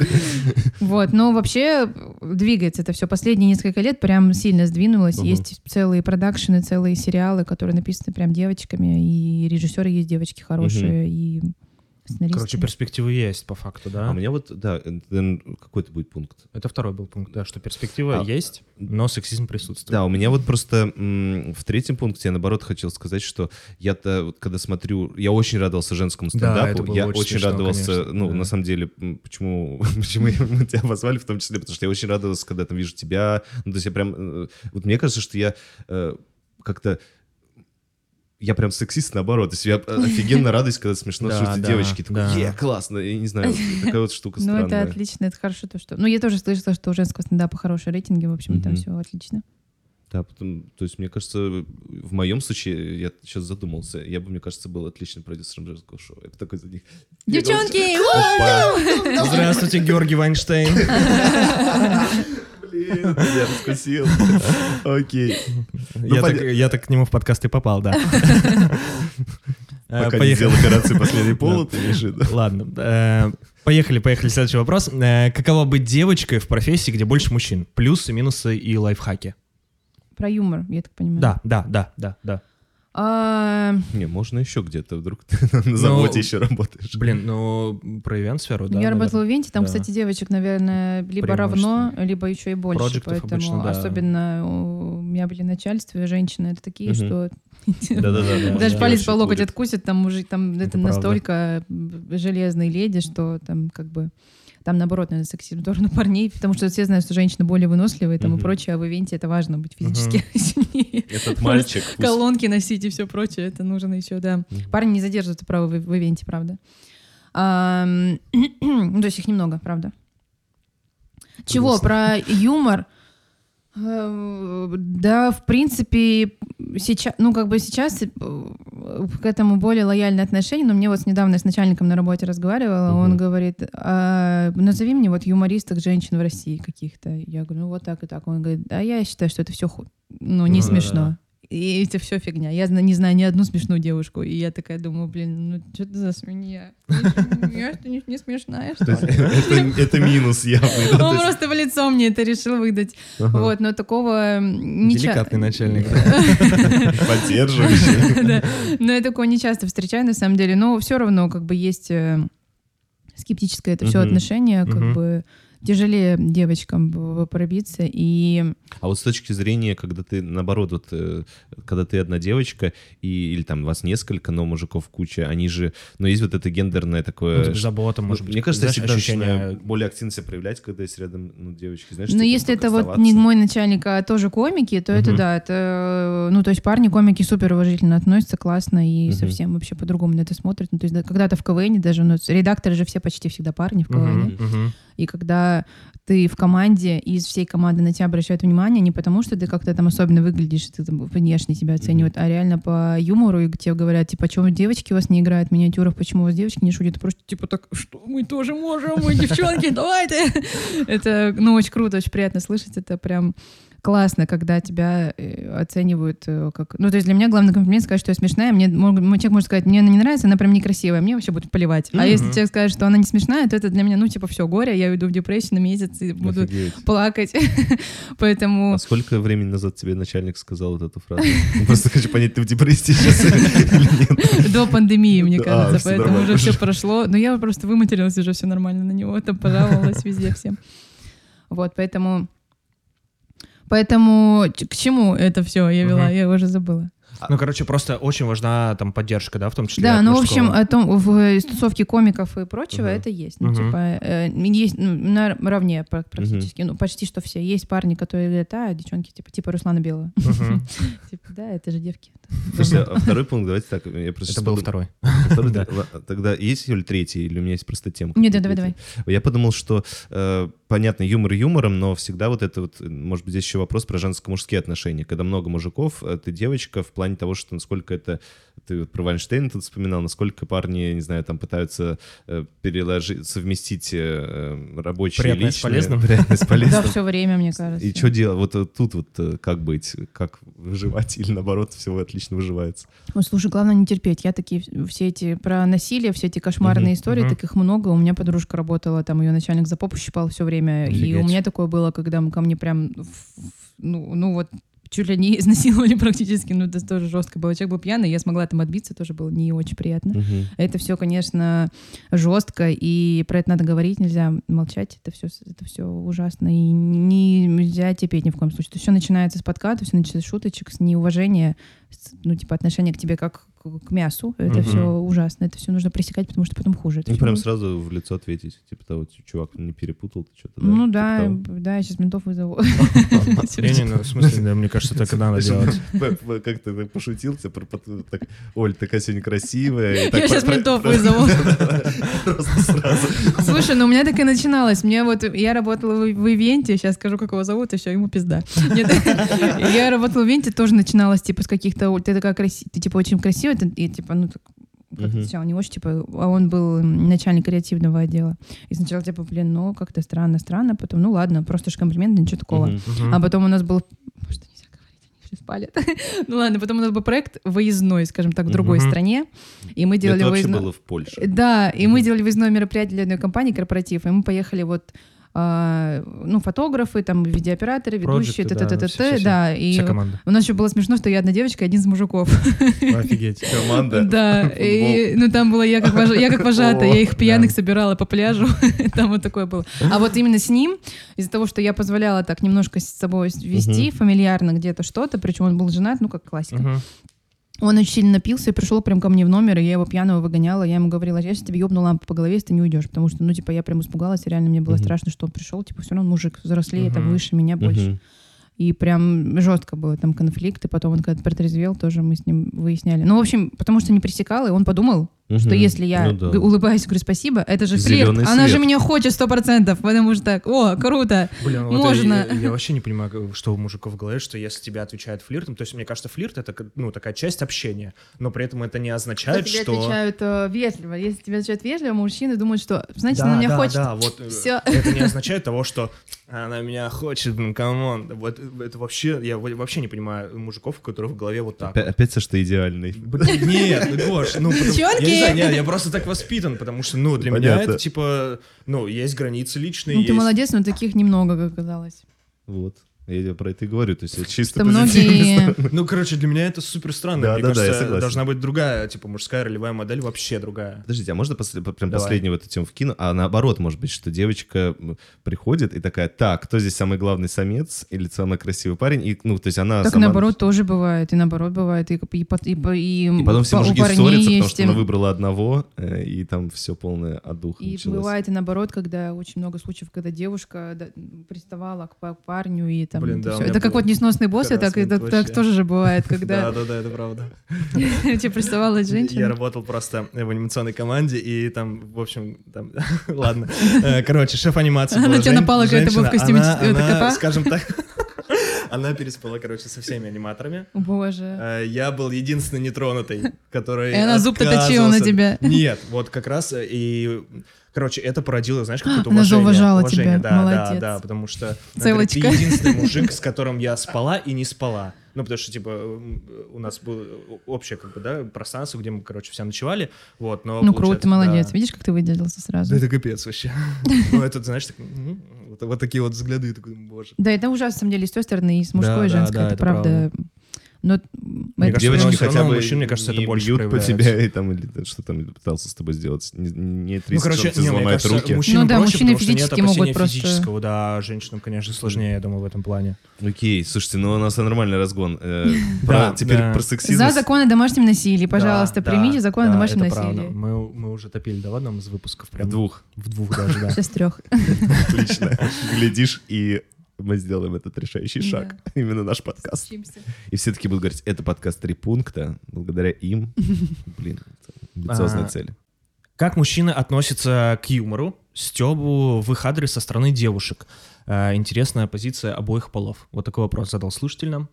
Вот, но вообще э, двигается это все. Последние несколько лет прям сильно сдвинулось. Мгм. Есть целые продакшены, целые сериалы, которые написаны прям девочками, и режиссеры есть девочки хорошие, и сценаристы. Короче, перспективы есть, по факту, А да? у меня вот, да, э, э, какой-то будет пункт. Это второй был пункт, да, что перспектива А, есть, но сексизм присутствует. Да, у меня вот просто м, в третьем пункте я наоборот хотел сказать, что я-то вот когда смотрю, я очень радовался женскому это стендапу, было я очень очень, смешно, радовался, конечно, ну да. на самом деле, м, почему <laughs> почему я- мы тебя позвали, в том числе, потому что я очень радовался, когда там вижу тебя, ну то есть я прям, э, вот мне кажется, что я э, как-то я прям сексист наоборот. То <laughs> есть я э, офигенно радуюсь, когда смешно Да, шутят да, девочки. да. Такой, е, классно. Я не знаю, вот такая вот штука Ну, это странная. отлично, это хорошо то, что... Ну, я тоже слышала, что у женского стендапа хорошие рейтинги, в общем, там Мгм. все отлично. Да, потом, то есть, мне кажется, в моем случае, я сейчас задумался, я бы, мне кажется, был отличным продюсером женского шоу. Я бы такой за них... Девчонки! Опа, Ну, Здравствуйте, Георгий Вайнштейн. блин, я <laughs> раскусил. Окей. Ну, Я так- поня- я так к нему в подкаст и попал, да. Э, <laughs> Пока не поехали. сделал операцию последний повод, лежит. Ладно. э, Поехали, поехали. Следующий вопрос. Э, Каково быть девочкой в профессии, где больше мужчин? Плюсы, минусы и лайфхаки. Про юмор, я так понимаю. Да, да, да, да, да. А, Не, можно еще где-то, вдруг ты <laughs> на заводе еще работаешь. Блин, ну про ивент-сферу, да. я работала в Венте, там, Да. кстати, девочек, наверное, либо равно, Преимущественно. либо еще и больше. Проджектов поэтому обычно, да. особенно у меня были начальства, женщины это такие, Мгм. что Да-да-да. Даже да. палец по Девочек локоть будет. откусит, там мужик, там это, Это правда. настолько м, железные леди, что там как бы там наоборот, наверное, сексизм в сторону парней, потому что все знают, что женщины более выносливые там и Мгм. прочее, а в ивенте это важно быть физически <laughs> сильнее. Этот мальчик. пусть- Колонки носить и все прочее, это нужно еще, да. Мгм. Парни не задерживаются, право, в, в ивенте, правда. Ам, <clears throat> ну, то есть их немного, правда. Чего? Про юмор? Э, Да, в принципе, сейчас, ну, как бы сейчас э, к этому более лояльное отношение, но мне вот недавно с начальником на работе разговаривала, он Мгм. говорит, «А, назови мне вот юмористок женщин в России каких-то. Я говорю, ну, вот так и так. Он говорит, а я считаю, что это все, ну, не Ну, да, смешно. да. И это все фигня. Я зна- не знаю ни одну смешную девушку. И я такая думаю, блин, ну что ты за свинья? Я что не, не смешная, что То есть ли? Это это минус явный. да, то Он есть- просто в лицо мне это решил выдать. Вот, но такого м, не <laughs> ча- Деликатный начальник. Поддерживающий. Да. Но я такое не часто встречаю, на самом деле. Но все равно, как бы, есть э, скептическое это все Мгм. отношение, как Мгм. бы тяжелее девочкам б- пробиться. И А вот с точки зрения, когда ты, наоборот, вот, э, когда ты одна девочка, и, или там вас несколько, но мужиков куча, они же, но есть вот это гендерное Ну, такое... типа, ш- Забота, может быть. Мне кажется, я знаешь, всегда ощущение начинаю более активно себя проявлять, когда есть рядом ну, девочки, знаешь, Ну, типа, если как это вот оставаться. не мой начальник, а тоже комики, то это Мгм. да, это, э, ну, то есть парни, комики супер уважительно относятся, классно и Мгм. совсем вообще по-другому на это смотрят. Ну, то есть да, когда-то в КВН даже, ну, редакторы же все почти всегда парни в КВН. Мгм, мгм. И когда ты в команде, и из всей команды на тебя обращают внимание не потому, что ты как-то там особенно выглядишь, ты там внешне тебя оценивают, а реально по юмору, и тебе говорят, типа, почему девочки у вас не играют в миниатюрах, почему у вас девочки не шутят, Ты просто типа так, что мы тоже можем, мы девчонки, давайте. Это, ну, очень круто, очень приятно слышать, это прям классно, когда тебя э, оценивают э, как... Ну, то есть для меня главный комплимент сказать, что я смешная. Мне мог- мой человек может сказать, мне она не нравится, она прям некрасивая, мне вообще будет поливать. А Мгм. если человек скажет, что она не смешная, то это для меня, ну, типа, все, горе, я уйду в депрессию на месяц и буду Офигеть. плакать. <laughs> Поэтому... А сколько времени назад тебе начальник сказал вот эту фразу? <laughs> Я Просто хочу понять, ты в депрессии сейчас или нет. До пандемии, мне Да, а, кажется, всё поэтому нормально уже все уже. прошло. Но я просто выматерилась уже, все нормально на него, там пожаловалась везде всем. Вот, поэтому... Поэтому ч- к чему это все я вела, Мгм. я уже забыла. Ну, короче, просто очень важна там поддержка, да, в том числе. Да, от ну, в мужского. общем, о том, в э, из тусовки комиков и прочего Мгм. это есть. Ну, Мгм. типа, э, есть ну, наравне пр- практически, ну, почти что все. Есть парни, которые говорят, а, девчонки, типа, типа Руслана Белого. Мгм. Типа, да, это же девки. Слушай, <laughs> а второй пункт, давайте так. я просто Это сейчас был подумал. <laughs> <laughs> второй. Второй, Да. л- Тогда есть или третий, или у меня есть просто тема? Нет, какая-то давай, третья? Я подумал, что э, понятно, юмор юмором, но всегда вот это вот, э, может быть, здесь еще вопрос про женско-мужские отношения. Когда много мужиков, а ты девочка, в плане того, что насколько это... Ты вот про Вайнштейна тут вспоминал, насколько парни, не знаю, там пытаются э, переложить, совместить э, э, рабочие Приятное и с личное. полезным. Приятное <laughs> с Да, полезным. все время, мне кажется. И что делать? Вот э, тут вот э, как быть? Как выживать? Или наоборот, все отлично выживается? Ой, слушай, главное не терпеть. Я такие вс- все эти про насилие, все эти кошмарные Мгм, истории, мгм. так их много. У меня подружка работала, там ее начальник за попу щипал все время. И у Офигеть. меня такое было, когда мы ко мне прям, в- в- ну, ну вот, чуть ли не <laughs> изнасиловали практически, ну это тоже жестко было. Человек был пьяный, я смогла там отбиться, тоже было не очень приятно. Это все, конечно, жестко, и про это надо говорить, нельзя молчать, это все, это все ужасно, и не- нельзя терпеть ни в коем случае. все начинается с подката, все начинается с шуточек, с неуважения, с, ну, типа, отношения к тебе как к к мясу, это Мгм. все ужасно, это все нужно пресекать, потому что потом хуже. это Ну, всё прям будет. сразу в лицо ответить. Типа того, «Ты, чувак, не перепутал ты что-то. Типа Ну да, <laughs> да, я сейчас ментов вызову. Не, не, ну, в смысле, да, мне кажется, так и надо делать. Как ты пошутил, тебя про- про- так, Оль, такая сегодня красивая. и так <laughs> Я сейчас про- ментов про- вызову. Просто сразу. Слушай, ну у меня так и начиналось. Мне вот, я работала в, в ивенте, сейчас скажу, как его зовут, еще ему пизда. Нет, <laughs> я работала в ивенте, тоже начиналось, типа, с каких-то, «Ой, ты такая красивая, ты, типа, очень красивая, ты, и, типа, ну, так, как Мгм. сначала не очень, типа, а он был м, начальник креативного отдела. И сначала, типа, блин, ну, как-то странно-странно, потом, ну, ладно, просто же комплимент, ничего такого. Мгм. Мгм. А потом у нас был... Что нельзя говорить, они сейчас палят. <laughs> ну, ладно, потом у нас был проект выездной, скажем так, в другой Мгм. стране, и мы делали Э, Это вообще выездной... было в Польше. Да, и мы делали выездное мероприятие для одной компании, корпоратив, и мы поехали вот а, ну, фотографы, там, видеооператоры, ведущие, Проджекты, т т да, т всё, всё, т да, и Вся команда. у нас еще было смешно, что я одна девочка, и один из мужиков. <laughs> Офигеть. Команда. <laughs> Да, и, ну там была я как, вожа- я как вожатая, я их пьяных собирала по пляжу, <laughs> там вот такое было. А вот именно с ним, из-за того, что я позволяла так немножко с собой вести, фамильярно где-то что-то, причем он был женат, ну как классика. Мгм. Он очень сильно напился и пришел прям ко мне в номер, и я его пьяного выгоняла. Я ему говорила, я сейчас тебе ебну лампу по голове, если ты не уйдешь. Потому что, ну, типа, я прям испугалась, и реально мне было Мгм. страшно, что он пришел. Типа, все равно он мужик взрослее, там, Мгм. выше меня больше. Мгм. И прям жестко было там конфликт. И потом он когда протрезвел, тоже мы с ним выясняли. Ну, в общем, потому что не пресекал, и он подумал, что Мгм. если я Ну да. г- улыбаюсь, говорю спасибо, это же флирт. Зелёный Она же свет. меня хочет сто процентов, потому что так, о, круто. Блин, ну, вот Можно. Я, я вообще не понимаю, как- что у мужиков в голове, что если тебя отвечают флиртом, то есть мне кажется, флирт это как- ну такая часть общения, но при этом это не означает, Если что отвечают э, вежливо. Если тебя отвечают вежливо, мужчины думают, что значит, да, она меня да, хочет. да, вот э, Ну, Всё. это не означает того, что она меня хочет, ну камон, вот э, это вообще я во- вообще не понимаю мужиков, у которых в голове вот так. Опя- Опять Саша, ты идеальный. Блин, Нет, ну, Гош, ну потому- Чёрки! я, не знаю, нет, я просто так воспитан, потому что ну для меня Понятно. это типа ну есть границы личные, Ну, есть ты молодец, но таких немного, как оказалось. Вот. Я тебе про это и говорю. То есть это чисто Что позитивный <laughs> многие... Ну, короче, для меня это супер странно. Да, Мне да, да, я кажется, согласен. должна быть другая, типа, мужская ролевая модель вообще другая. Подождите, а можно после- прям Давай. последнюю эту тему вкину? А наоборот, может быть, что девочка м, приходит и такая, так, кто здесь самый главный самец или самый красивый парень? И, ну, то есть она Так сама- наоборот тоже бывает, и наоборот бывает, и, и, по- и, по- и И потом все по- у мужики парней ссорятся, потому есть, что она выбрала одного, э, и там все полное отдуха И началось. бывает и наоборот, когда очень много случаев, когда девушка да, приставала к, па- к парню и там Блин, да, всё. у меня это как был вот несносный босс, и так, и харасмент так- так вообще. тоже же бывает, <laughs> когда да, да, это правда. <laughs> тебе приставала Я женщина. работал просто в анимационной команде, и там, в общем, там, <laughs> ладно. Э, Короче, шеф анимации Она была тебя жен- напала, когда ты был в женщина. костюме Она- ц- это она, кота? скажем <laughs> так, она переспала, короче, со всеми аниматорами. О, Боже. Э, Я был единственный нетронутый, который И она зуб-то точила отказывался. на тебя. <laughs> Нет, вот как раз э, и... Короче, это породило, знаешь, какое-то А, она же уважение. уважала уважение, тебя, да, молодец. Да, да, потому что... она говорит, Целочка. Ты единственный <laughs> мужик, с которым я спала и не спала. Ну, потому что, типа, м, у нас было общее, как бы, да, пространство, где мы, короче, все ночевали, вот, но... Ну получается, круто, молодец. да. Видишь, как ты выделился Да сразу. это капец <laughs> вообще. Ну, это, знаешь, так, м, вот- вот такие вот взгляды, и такой, боже. Да, это ужасно, на самом деле, и с той стороны, и с мужской, и да, женской, да, это это правда. Но м, кажется, это тоже- Девочки всё хотя равно бы мужчин, мне кажется, это не больше бьют по проявляется. тебе, и там, или там, что там пытался с тобой сделать. Не, не Ну, 30, короче, чтобы тебе не, мне сломают кажется, руки. мужчинам Ну да, проще, мужчины потому что нет физически могут опасения просто- физического, да, женщинам, конечно, сложнее, я думаю, в этом плане. Окей, слушайте, ну у нас нормальный разгон. Э, про- Да, Теперь да. про сексизм. За закон о домашнем насилии, пожалуйста, Да, примите да, закон о да, домашнем это правда. насилии. Мы, мы уже топили, да, в одном из выпусков? В Прям двух. В двух даже, да. <laughs> Сейчас трех. Отлично. Глядишь, и мы сделаем этот решающий шаг. <laughs> Именно наш подкаст. И все таки будут говорить, это подкаст «Три пункта». Благодаря им, блин, это амбициозная А. цель. Как мужчины относятся к юмору? Стебу в их адрес со стороны девушек. Э, Интересная позиция обоих полов. Вот такой вопрос задал слушатель нам.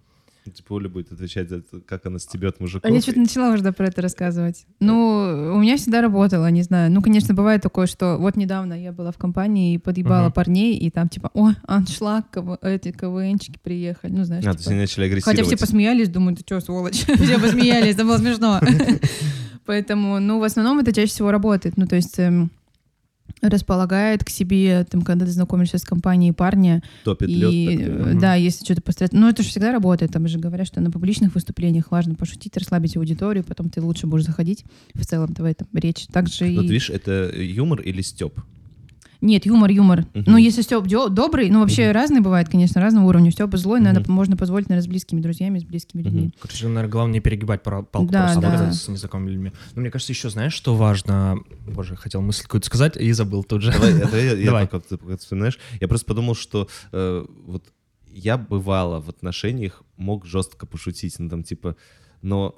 Типа Оля будет отвечать за это, как она стебет мужиков. А я что-то начала уже да, про это рассказывать. Ну, у меня всегда работало, не знаю. Ну, конечно, бывает такое, что вот недавно я была в компании и подъебала Мгм. парней, и там типа, о, аншлаг, кого- эти КВНчики приехали. Ну, знаешь, А, то типа. есть они начали агрессировать. Хотя типа, все посмеялись, думают, ты что, сволочь? <laughs> Все посмеялись, это <laughs> было смешно. Поэтому, ну, в основном это чаще всего работает. Ну, то есть эм, располагает к себе, там, когда ты знакомишься с компанией парня, Топит и, лед. э, да, если что-то постараться. Но это же всегда работает. Там же говорят, что на публичных выступлениях важно пошутить, расслабить аудиторию, потом ты лучше будешь заходить. В целом, твоя там речь. Также Вот и... видишь, это юмор или степ? Нет, юмор, юмор. Мгм. Ну, если Степ добрый, ну, вообще разный бывает, конечно, разного уровня. Степа злой, Мгм. надо, можно позволить, наверное, с близкими друзьями, с близкими людьми. Мгм. Короче, наверное, главное не перегибать пора- палку Да, просто да. когда с незнакомыми людьми. Но мне кажется, еще знаешь, что важно? Боже, хотел мысль какую-то сказать и забыл тут же. Давай, а давай я- <laughs> я Давай. пока ты пока вспоминаешь. Я просто подумал, что э, вот я бывало в отношениях мог жестко пошутить, ну там типа, но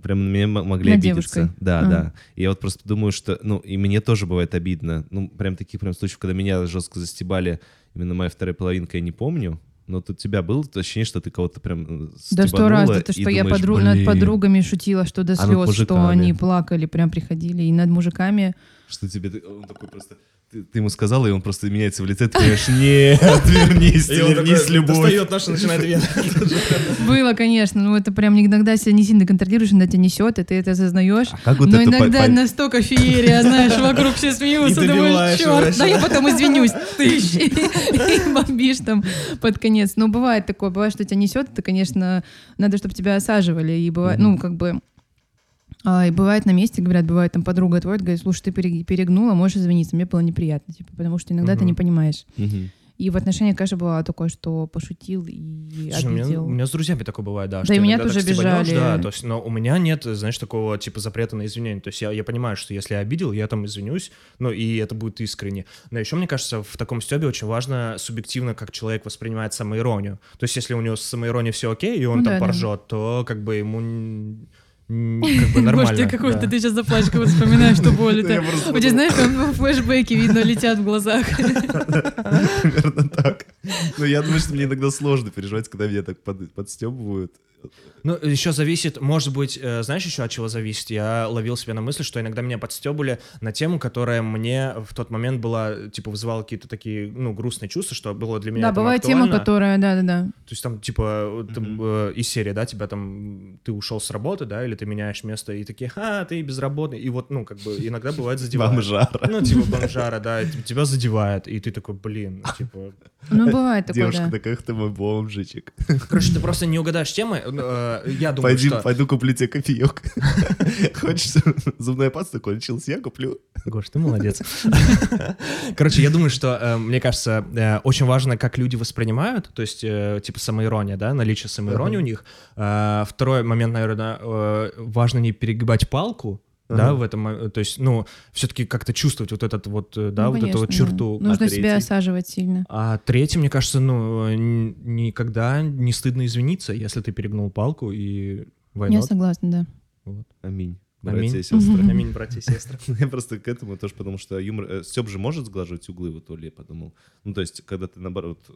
прям на меня м- могли Над обидеться. девушкой. Да, Мгм. да. И я вот просто думаю, что, ну, и мне тоже бывает обидно. Ну, прям таких прям случаев, когда меня жестко застебали, именно моя вторая половинка, я не помню. Но тут у тебя было то ощущение, что ты кого-то прям э, Да сто раз, это что я подру- над подругой подругами шутила, что до А над слез, что мужиками? они плакали, прям приходили, и над мужиками. Что тебе ты- он такой просто. Ты, ты ему сказала, и он просто меняется в лице, ты говоришь, нет, вернись, вернись, любовь. наша, <laughs> начинает Было, конечно, но это прям иногда себя не сильно контролируешь, иногда тебя несет, и ты это осознаешь. А как вот но это по- Ну, иногда по- настолько феерия, знаешь, вокруг все смеются, И думаешь, добиваешь, черт, знаешь. да я потом извинюсь, <laughs> тысяч, и бомбишь там под конец. Но бывает такое, бывает, что тебя несет, это, конечно, надо, чтобы тебя осаживали, и бывает, ну, как бы... а, и бывает на месте, говорят, бывает там подруга твоя, говорит, слушай, ты перег- перегнула, можешь извиниться, мне было неприятно, типа, потому что иногда ты Мгм. не понимаешь. Мгм. И в отношениях, конечно, бывало такое, что пошутил и Слушай, у, меня, обидел. у меня с друзьями такое бывает, да. Да что и меня иногда тоже так стебанешь, обижали. Да, то есть, но у меня нет, знаешь, такого типа запрета на извинение. То есть я, я понимаю, что если я обидел, я там извинюсь, но и это будет искренне. Но еще, мне кажется, в таком стебе очень важно субъективно, как человек воспринимает самоиронию. То есть если у него с самоиронией все окей, и он Ну там да, да. поржет, то как бы ему н- <laughs> н- как бы Типа, нормально. Может, я какой-то, да. ты сейчас заплачешь, как будто вспоминаешь, что болит. У тебя, знаешь, там ну, флешбеки, видно, летят в глазах. <laughs> Примерно так. Но я думаю, что мне иногда сложно переживать, когда меня так под- подстебывают. Ну, еще зависит, может быть, э, знаешь еще от чего зависит? Я ловил себя на мысли, что иногда меня подстебывали на тему, которая мне в тот момент была, типа, вызывала какие-то такие, ну, грустные чувства, что было для меня Да, там бывает тема, актуально. которая, да-да-да. То есть там, типа, вот там, э, из серии, да, тебя там, ты ушел с работы, да, или ты меняешь место, и такие, а, ты безработный, и вот, ну, как бы, иногда бывает задевает. Бомжара. Ну, типа, бомжара, да, и тебя задевает, и ты такой, блин, ну, типа, Ну, бывает такое, Девушка да. такая, «Ах ты мой бомжичек. короче, ты просто не угадаешь темы, э, я думаю, Пойди, что... пойду куплю тебе кофеек. <laughs> Хочешь, зубная паста кончилась, я куплю. Гош, ты <laughs> молодец. Короче, я думаю, что, э, мне кажется, э, очень важно, как люди воспринимают, то есть, э, типа, самоирония, да, наличие самоиронии у них. Э, Второй момент, наверное, э, важно не перегибать палку, да, Ага. в этом, э, то есть, ну, все-таки как-то чувствовать вот этот вот, э, да, Ну, вот эту конечно, вот да. черту. Нужно А себя третий? осаживать сильно. А третий, мне кажется, ну, э, н- никогда не стыдно извиниться, если ты перегнул палку и Я войну. согласна, да. Аминь. Аминь. Братья и <laughs> сестры. Аминь, братья и сестры. Ну, Я просто к этому тоже потому что юмор... э, Степ же может сглаживать углы, вот Оля, я подумал. Ну, то есть, когда ты, наоборот, э,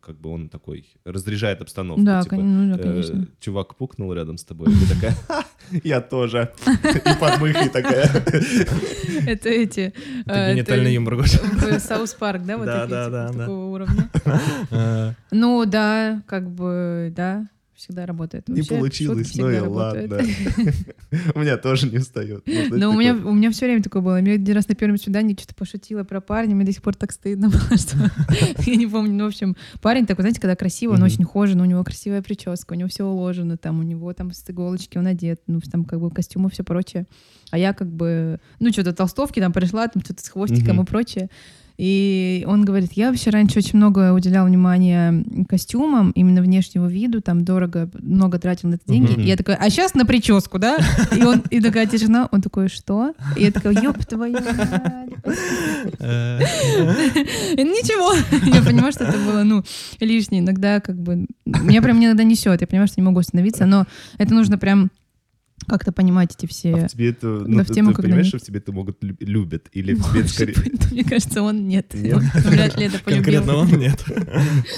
как бы он такой разряжает обстановку. Да, типа, кон- ну да, э, конечно. Чувак пукнул рядом с тобой, и ты такая, <laughs> «Ха, я тоже. И подмыхай такая. <laughs> Это эти... э, Это генитальный юмор, <laughs> Гоша. Саус Парк, да, вот вот Да, такие, да, типа, да, да. такого такого уровня. Э, Ну да, как бы, да, всегда работает. Не Вообще, получилось, шутки ну и всегда работают. <laughs> ладно. У меня тоже не встает. Ну, знаешь, Но у такой, меня, у меня все время такое было. Я один раз на первом свидании что-то пошутила про парня, мне до сих пор так стыдно <laughs> было, что я не помню. Ну, в общем, парень такой, знаете, когда красиво, он Мгм. очень хожен, у него красивая прическа, у него все уложено, там, у него там с иголочки он одет, ну, там, как бы костюмы, все прочее. А я как бы, ну, что-то толстовки там пришла, там, что-то с хвостиком Мгм. и прочее. И он говорит, я вообще раньше очень много уделял внимания костюмам, именно внешнего виду, там дорого, много тратил на это деньги. Мгм. И я такая, а сейчас на прическу, да? И он, и такая тишина, он такой, что? И я такая, ёб твою мать». э. И Ничего. Я понимаю, что это было, ну, лишнее. Иногда как бы... Меня прям иногда несет. Я понимаю, что не могу остановиться, но это нужно прям как-то понимать эти все... А в тебе это, ну, Да, в ты, тему, ты когда понимаешь, нет. что в тебе это могут лю- любят? Или в тебе это скорее... Мне кажется, он нет. Нет? Вряд ли это полюбил. Конкретно он нет.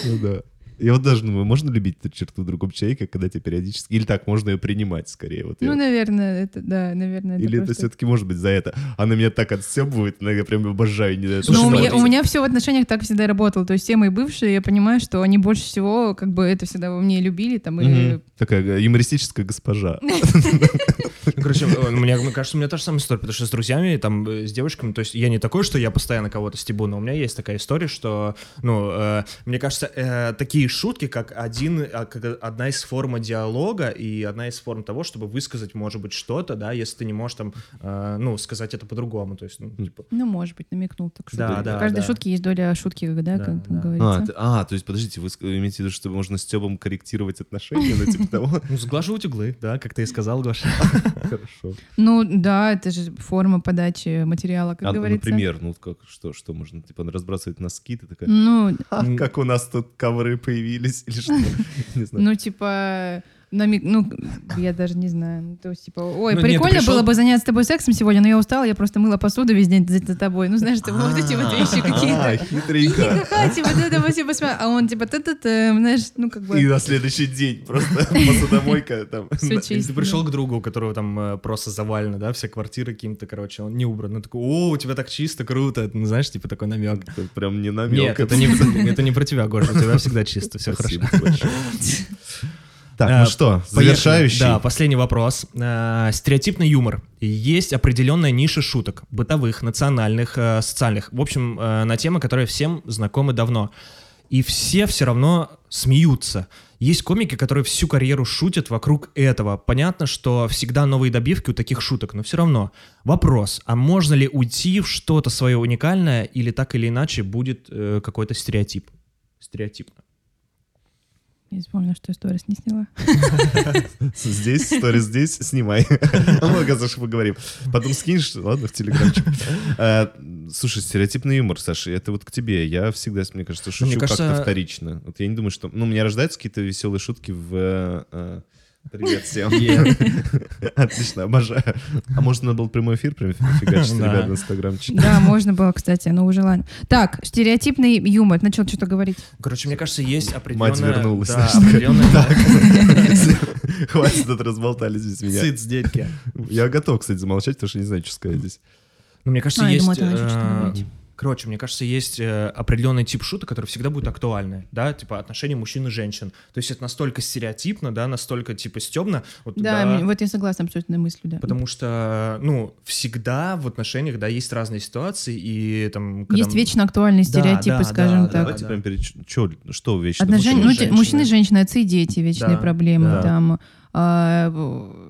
Ну да. Я вот даже думаю, можно любить эту черту другого человека, когда тебя периодически... Или так, можно ее принимать скорее. Вот я- Ну, наверное, это, да, наверное, Или это просто- все-таки может быть за это? Она меня так отстебывает, но я прям обожаю. Не знаю, Слушай, Ну, у что меня, делать. у меня все в отношениях так всегда и работало. То есть все мои бывшие, я понимаю, что они больше всего как бы это всегда во мне любили, там, и Мгм. Такая э, юмористическая госпожа. Ну, <laughs> Короче, э, у меня, ну, кажется, у меня та же самая история, потому что с друзьями, там, э, с девушками, то есть я не такой, что я постоянно кого-то стебу, но у меня есть такая история, что, ну, э, мне кажется, э, такие шутки, как один, а, как одна из форм диалога и одна из форм того, чтобы высказать, может быть, что-то, да, если ты не можешь там, э, ну, сказать это по-другому, то есть, ну, типа, Ну, может быть, намекнул так что. Да, да, В каждой да. шутке есть доля шутки, да, Да, как там да. А, говорится. т- а, то есть, подождите, вы ск- имеете в виду, что можно с Стебом корректировать отношения, ну, типа того? ну, сглаживать углы, да, как ты и сказал, Гоша. <laughs> Хорошо. Ну, да, это же форма подачи материала, как А, говорится. Например, ну, как, что, что можно? Типа, она разбрасывает носки, ты такая, Ну, «Ха, как у нас тут ковры появились, или что? <laughs> Не знаю. ну, типа, намек, ну, я даже не знаю. Ну, То есть, типа, ой, Ну, нет, ты прикольно пришел- было бы заняться с тобой сексом сегодня, но я устала, я просто мыла посуду весь день за, за тобой. Ну, знаешь, типа, вот эти вот вещи какие-то. А, хитренько. Ха-ха, типа, да, давай себе посмотрим. А он, типа, та-та-та, знаешь, ну, как бы... И на следующий день просто <laughs> посудомойка там. Да. Всё чисто. Или ты пришел к другу, у которого там э, просто завалено, да, вся квартира каким-то, короче, он не убран. Ну такой, о, у тебя так чисто, круто. Ну, знаешь, типа такой намек. Это Прям не намек. Нет, это <laughs> не, это не про тебя, Гоша, у тебя всегда чисто, все хорошо. Спасибо большое. <laughs> Так, А, ну что, Поехали. завершающий. Да, последний вопрос. Э, Стереотипный юмор. Есть определенная ниша шуток. Бытовых, национальных, э, социальных. В общем, э, на темы, которые всем знакомы давно. И все все равно смеются. Есть комики, которые всю карьеру шутят вокруг этого. Понятно, что всегда новые добивки у таких шуток, но все равно. Вопрос, а можно ли уйти в что-то свое уникальное, или так или иначе будет э, какой-то стереотип? Стереотипно. Я вспомнила, что я сторис не сняла. Здесь, сторис здесь, снимай. А Много, Саша, поговорим. Потом скинешь, ладно, в телеграмчик. Э, Слушай, стереотипный юмор, Саша, это вот к тебе. Я всегда, мне кажется, Ну, мне шучу кажется- как-то вторично. Вот я не думаю, что... Ну, у меня рождаются какие-то веселые шутки в... э, Привет всем. <laughs> Отлично, обожаю. А может, надо был прямой эфир прям фигачить, Да. ребят, в инстаграмчике? Да, можно было, кстати, но уже ладно. Так, стереотипный юмор. Начал что-то говорить. Короче, мне кажется, есть определенная... Мать вернулась. Да, знаешь, такая, <laughs> определенная- «Так, <laughs> Хватит, тут разболтались здесь меня. Цыц, детки. <laughs> Я готов, кстати, замолчать, потому что не знаю, что сказать здесь. Ну, мне кажется, А, я есть... думала, ты начал э, что-то говорить. Короче, мне кажется, есть э, определенный тип шуток, который всегда будет актуальны, да, типа отношения мужчин и женщин. То есть это настолько стереотипно, да, настолько типа стебно. Вот, Да, да, мне- вот я согласна абсолютно мыслью, да. Потому что, ну, всегда в отношениях, да, есть разные ситуации, и там... когда- Есть вечно актуальные Да, стереотипы, да, скажем да, так. Давайте прям перечислим, чё- что вечно Отношения, мужчина ну, и те- женщина. мужчины и женщины, отцы и дети, вечные Да, проблемы да. там. а, в-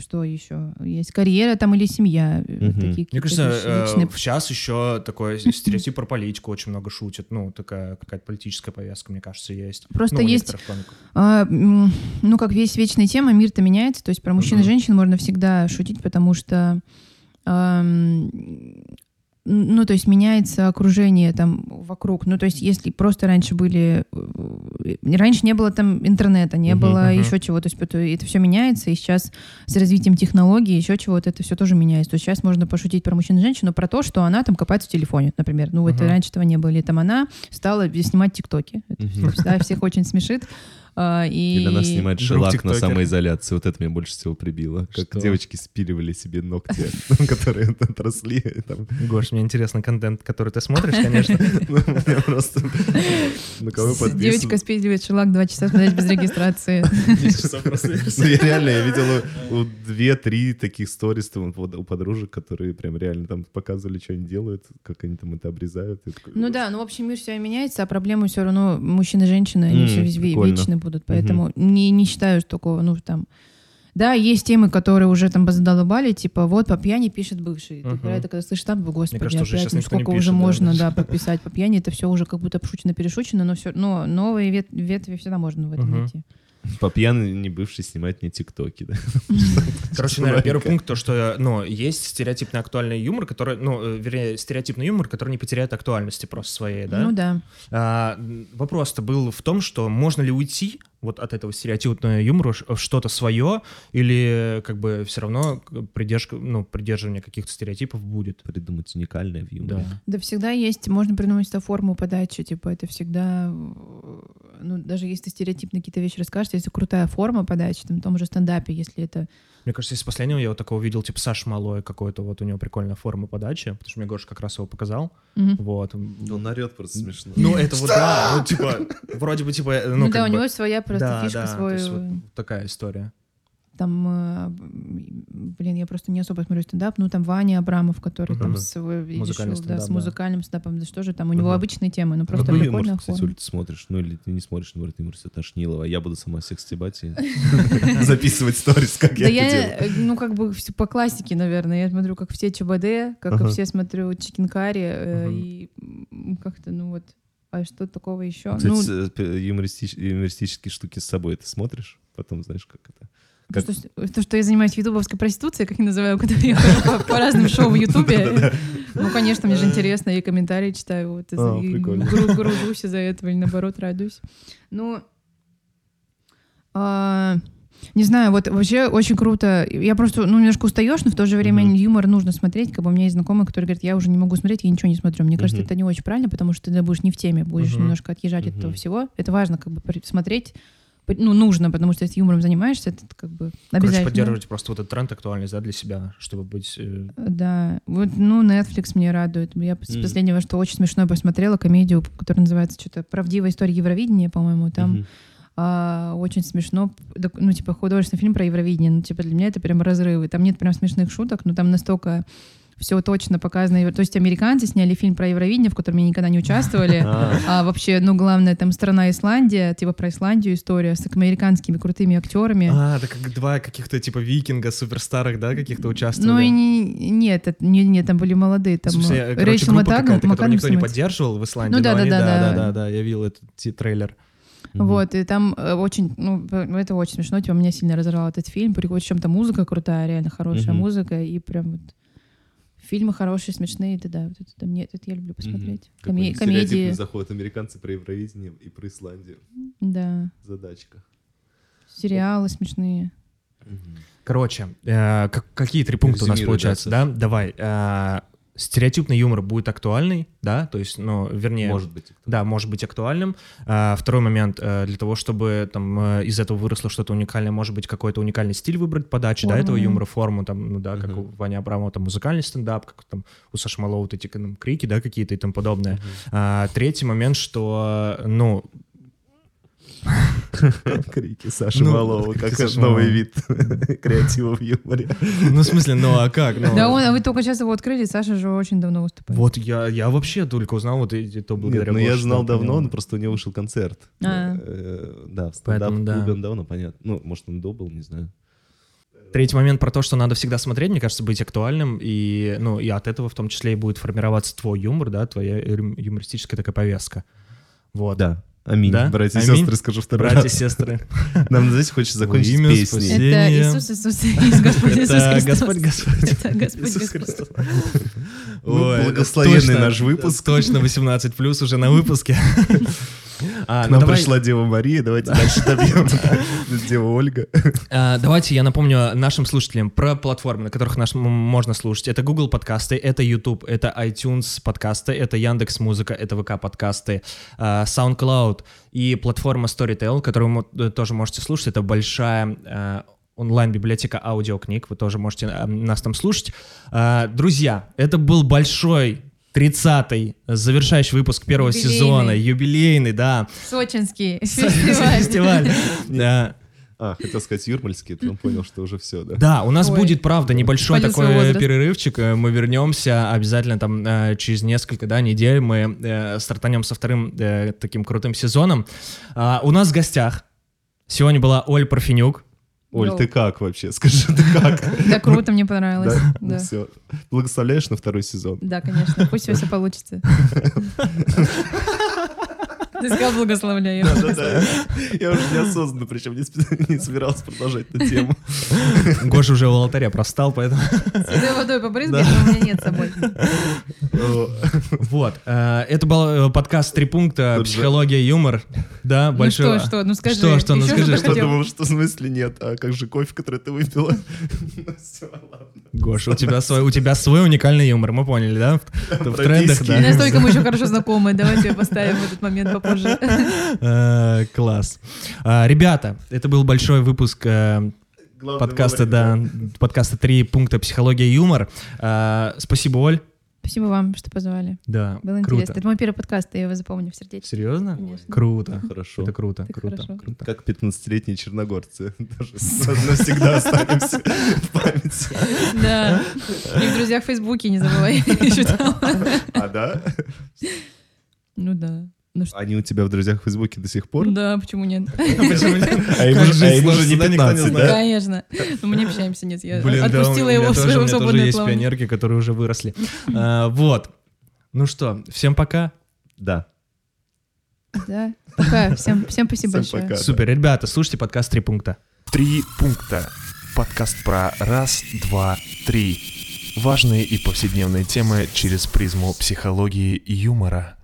что еще? Есть карьера там или семья. э, Мгм. Такие Мне какие-то кажется, э, личные. сейчас еще такой <laughs> стереотип про политику очень много шутит. Ну, такая какая-то политическая повестка, мне кажется, есть. Просто Ну, у есть некоторых комиков. А, м, ну, как весь вечная тема, мир-то меняется. То есть про мужчин и Мгм. женщин можно всегда шутить, потому что... ам, ну, то есть меняется окружение там вокруг. Ну, то есть если просто раньше были... э, Раньше не было там интернета, не Мгм, было мгм. еще чего-то. То есть это, все меняется, и сейчас с развитием технологий еще чего-то это все тоже меняется. То есть сейчас можно пошутить про мужчин и женщину, про то, что она там копается в телефоне, например. Ну, это Мгм. раньше этого не было. Или там она стала снимать тиктоки. Это Мгм. всегда всех очень смешит. А, и... Или она снимает друг шелак на тиктокер. самоизоляции. Вот это меня больше всего прибило. Что? Как девочки спиливали себе ногти, <laughs> которые отросли. там. <laughs> Гош, мне интересно контент, который ты <laughs> смотришь, конечно. Ну, у меня Просто на кого С- Девочка подписываться. спиливает шелак два часа смотреть без регистрации. Ну, я реально, я видел у- у две-три таких сторис там у у подружек, которые прям реально там показывали, что они делают, как они там это обрезают. И такой, <laughs> Ну да, ну в общем мир все меняется, а проблемы все равно мужчины и женщины, они М, все прикольно. вечны будут. Поэтому не, не считаю что такого, ну там... Да, есть темы, которые уже там позадолбали, типа вот по пьяни пишет бывший. Ты Мгм. про это когда слышишь, там, господи, кажется, уже опять, щас ну никто не сколько пишет, уже да. можно, <laughs> да, подписать по пьяни, это все уже как будто обшучено-перешучено, но все, но новые вет- ветви всегда можно в этом Мгм. найти. типа, По пьяный не бывший снимает мне тиктоки, да? <laughs> Короче, наверное, первый пункт, то, что, ну, есть стереотипный актуальный юмор, который, ну, э, вернее, стереотипный юмор, который не потеряет актуальности просто своей, да? Ну да. А, м, Вопрос-то был в том, что можно ли уйти вот от этого стереотипного юмора ш- что-то свое, или как бы все равно придержка, ну, придерживание каких-то стереотипов будет? Придумать уникальное в юморе. Да. Да всегда есть, можно придумать эту форму подачи, типа это всегда, э, ну даже если ты стереотипно какие-то вещи расскажешь, если крутая форма подачи, там в том же стендапе, если это... Мне кажется, из последнего я вот такого видел, типа Саша Малой какой-то, вот у него прикольная форма подачи, потому что мне Гоша как раз его показал, Мгм. вот. Он орет Ну, просто смешно. Ну, это вот, да, ну, типа, вроде бы, типа, э, ну, Ну, как да, у бы- него есть своя просто Да, фишка, да, то свой... есть вот такая история. Там, э, м, блин, я просто не особо смотрю стендап, ну там Ваня Абрамов, который там Мгм. с, э, и Музыкальный решил, да, стендап, с да. музыкальным стендапом, да что же там, у него Мгм. обычные темы, ну просто Какой юмор, прикольная кстати, форма. Оль, ты смотришь? Ну, или ты не смотришь, например, ты все Тошнилова, а я буду сама всех стебать <laughs> и записывать сторис, как Да я это делаю. я, э, ну, как бы всё по классике, наверное. Я смотрю, как все ЧБД, как и Ага. все смотрю Чикенкари, э, Мгм. и м, как-то, ну вот, а что такого еще? Ну, Кстати, э, п- юмористич- юмористические штуки с собой ты смотришь? Потом знаешь, как это. как- то, что- Ну, э, то, что я занимаюсь ютубовской проституцией, как я называю, <laughs> когда я хожу по- по разным шоу в ютубе, ну, конечно, мне же интересно, и комментарии читаю, вот, и за- Э. А, и прикольно. гру- гружусь из-за этого, или наоборот, радуюсь. Ну, а, не знаю, вот вообще очень круто. Я просто, ну, немножко устаешь, но в то же время Мгм. юмор нужно смотреть. Как бы у меня есть знакомые, которые говорят, я уже не могу смотреть, я ничего не смотрю. Мне кажется, Мгм. это не очень правильно, потому что ты тогда будешь не в теме, будешь Мгм. немножко отъезжать от этого Мгм. всего. Это важно, как бы, при- смотреть, П- ну, нужно, потому что если юмором занимаешься, это как бы Короче, обязательно. поддерживать просто вот этот тренд актуальность, да, для себя, чтобы быть... э, Да, вот, ну, Netflix меня радует. Я с Мгм. последнего, что очень смешное посмотрела, комедию, которая называется что-то «Правдивая история Евровидения», по-моему, там Мгм. а, очень смешно, док- ну, типа, художественный фильм про Евровидение, ну, типа, для меня это прям разрывы, там нет прям смешных шуток, но там настолько все точно показано, то есть американцы сняли фильм про Евровидение, в котором они никогда не участвовали, а вообще, ну, главное, там страна Исландия, типа, про Исландию история с американскими крутыми актерами. А, это как два каких-то типа викинга суперстарых, да, каких-то участвовали. Ну и не, нет, это- не, не, там были молодые, там В смысле, э, э, короче, Рэйчел группа Макадам- какая-то, которую Макадамс никто не снимается. поддерживал в Исландии. Ну да, но да, они- да, да. да, да, да, я видел этот ти- трейлер. Мгм. Вот, и там э, очень, ну, п- это очень смешно, типа, меня сильно разорвал этот фильм, причем там музыка крутая, реально хорошая Мгм. музыка, и прям вот фильмы хорошие, смешные, это да, вот это, да, мне- это я люблю посмотреть. Мгм. Какой-нибудь Коме- стереотипный комедии, заход американцы про Евровидение и про Исландию. да, Задачка. сериалы смешные. Короче, э, как- какие три пункта у нас Резюмируй, да, получаются, да? Саша. Давай. э, Стереотипный юмор будет актуальный, да, то есть, ну, вернее... Может быть. кто-то. Да, может быть актуальным. А, второй момент, э, для того, чтобы там э, из этого выросло что-то уникальное, может быть, какой-то уникальный стиль выбрать подачи, да, Форму. этого юмора, форму, там, ну да, как Мгм. у Вани Абрамова, там, музыкальный стендап, как там у Саши Малова, вот эти там, крики, да, какие-то и тому подобное. А, третий момент, что, э, ну, <laughs> Крики Саши Ну, Малова, крики как Саши новый Малова. вид <laughs> креатива в юморе. ну, в смысле, ну, а как? Ну, Да, он, а вы только сейчас его открыли, Саша же очень давно выступает. Вот я, я вообще только узнал вот эти, то Нет, благодаря ну я Гоше, знал да, давно, понял. но просто у него вышел концерт. А. Э, Да, в Поэтому да. стендап-клубе он давно, понятно. Ну, может, он до был, не знаю. Третий момент про то, что надо всегда смотреть, мне кажется, быть актуальным, и, ну, и от этого в том числе и будет формироваться твой юмор, да, твоя юрим- юмористическая такая повестка. Вот. Да. Аминь. Да? Братья и Аминь. сестры, скажу второй Братья и раз. <laughs> сестры. Нам, знаете, хочется закончить имя песней. спаси. Это Сеня. Иисус, Иисус, Иисус, Господь Иисус Это Христос. Господь, Господь. Это Господь Иисус Господь. Христос. Ну, Ой, благословенный точно, наш выпуск. Точно 18 плюс уже <laughs> на выпуске. А, К ну нам давай- пришла Дева Мария, давайте дальше <laughs> добьем. Дева Ольга. А, Давайте я напомню нашим слушателям про платформы, на которых нас м- можно слушать. Это Google подкасты, это YouTube, это iTunes подкасты, это Яндекс Музыка, это ВК подкасты, а, SoundCloud и платформа Storytel, которую вы мо- э, тоже можете слушать. Это большая э, онлайн-библиотека аудиокниг. Вы тоже можете э, нас там слушать. А, Друзья, это был большой 30-й завершающий выпуск первого Юбилейный. сезона, юбилейный, да, Сочинский <laughs> фестиваль. фестиваль. Да. А, хотел сказать Юрмальский, потом понял, что уже все, да? Да, у нас Ой. будет, правда, небольшой Понял свой такой возраст. перерывчик. Э, Мы вернемся обязательно там э, через несколько да, недель. Мы э, стартанем со вторым э, таким крутым сезоном. А, У нас в гостях сегодня была Оль Парфенюк. Оль, Йоу. ты как вообще? Скажи, ты как? Да, круто, мне понравилось. Да? Ну Да. все. Благословляешь на второй сезон? Да, конечно. Пусть все получится. Ты сказал благословляю. Да-да-да. <laughs> Я уже неосознанно, причем не сп- <laughs> не собирался продолжать эту тему. Гоша уже у алтаря простал, поэтому... <laughs> Святой водой побрызгай, но у меня нет с собой. Вот. э, Это был э, подкаст «Три пункта. Тут же- Психология, юмор». Да, Ну большой... что, что, ну скажи. Что, что, ну ещё скажи, что-то что Что хотел? думал, что в смысле нет? А как же кофе, который ты выпила? <laughs> Ну, всё, ладно. Гоша, у тебя свой, у тебя свой уникальный юмор, мы поняли, да? В- Ты в трендах, Прописки. Не да? настолько мы еще хорошо знакомы. Давайте поставим этот момент попозже. <laughs> Э, Класс. А, Ребята, это был большой выпуск э, Главный подкаста, да, вывод, подкаста «Три пункта. Психология, юмор». А, Спасибо, Оль. Спасибо вам, что позвали. Да, Было круто. интересно. Это мой первый подкаст, я его запомню в сердечке. Серьезно? Конечно. Круто. Хорошо. Это круто, Это круто, хорошо. круто. Как 15-летние черногорцы. Даже <laughs> навсегда останемся в памяти. Да. И в друзьях в Фейсбуке, <laughs> не забывай. Ещё там. А, да? Ну да. Ну что? Они у тебя в друзьях в Фейсбуке до сих пор? Да, почему нет? <laughs> А им Как уже- а жизнь им уже не сложится, никто 15, не да? знает. <laughs> Конечно. Но мы не общаемся, нет. Я Блин, да, отпустила у его меня в тоже, у свое меня тоже свободное есть плавание. пионерки, которые уже выросли. А, Вот. Ну что, всем пока. Да. Да. Пока. Всем всем спасибо Всем большое. пока. Да-да. Супер, ребята, слушайте подкаст «Три пункта». Три пункта. Подкаст про раз, два, три. Важные и повседневные темы через призму психологии и юмора.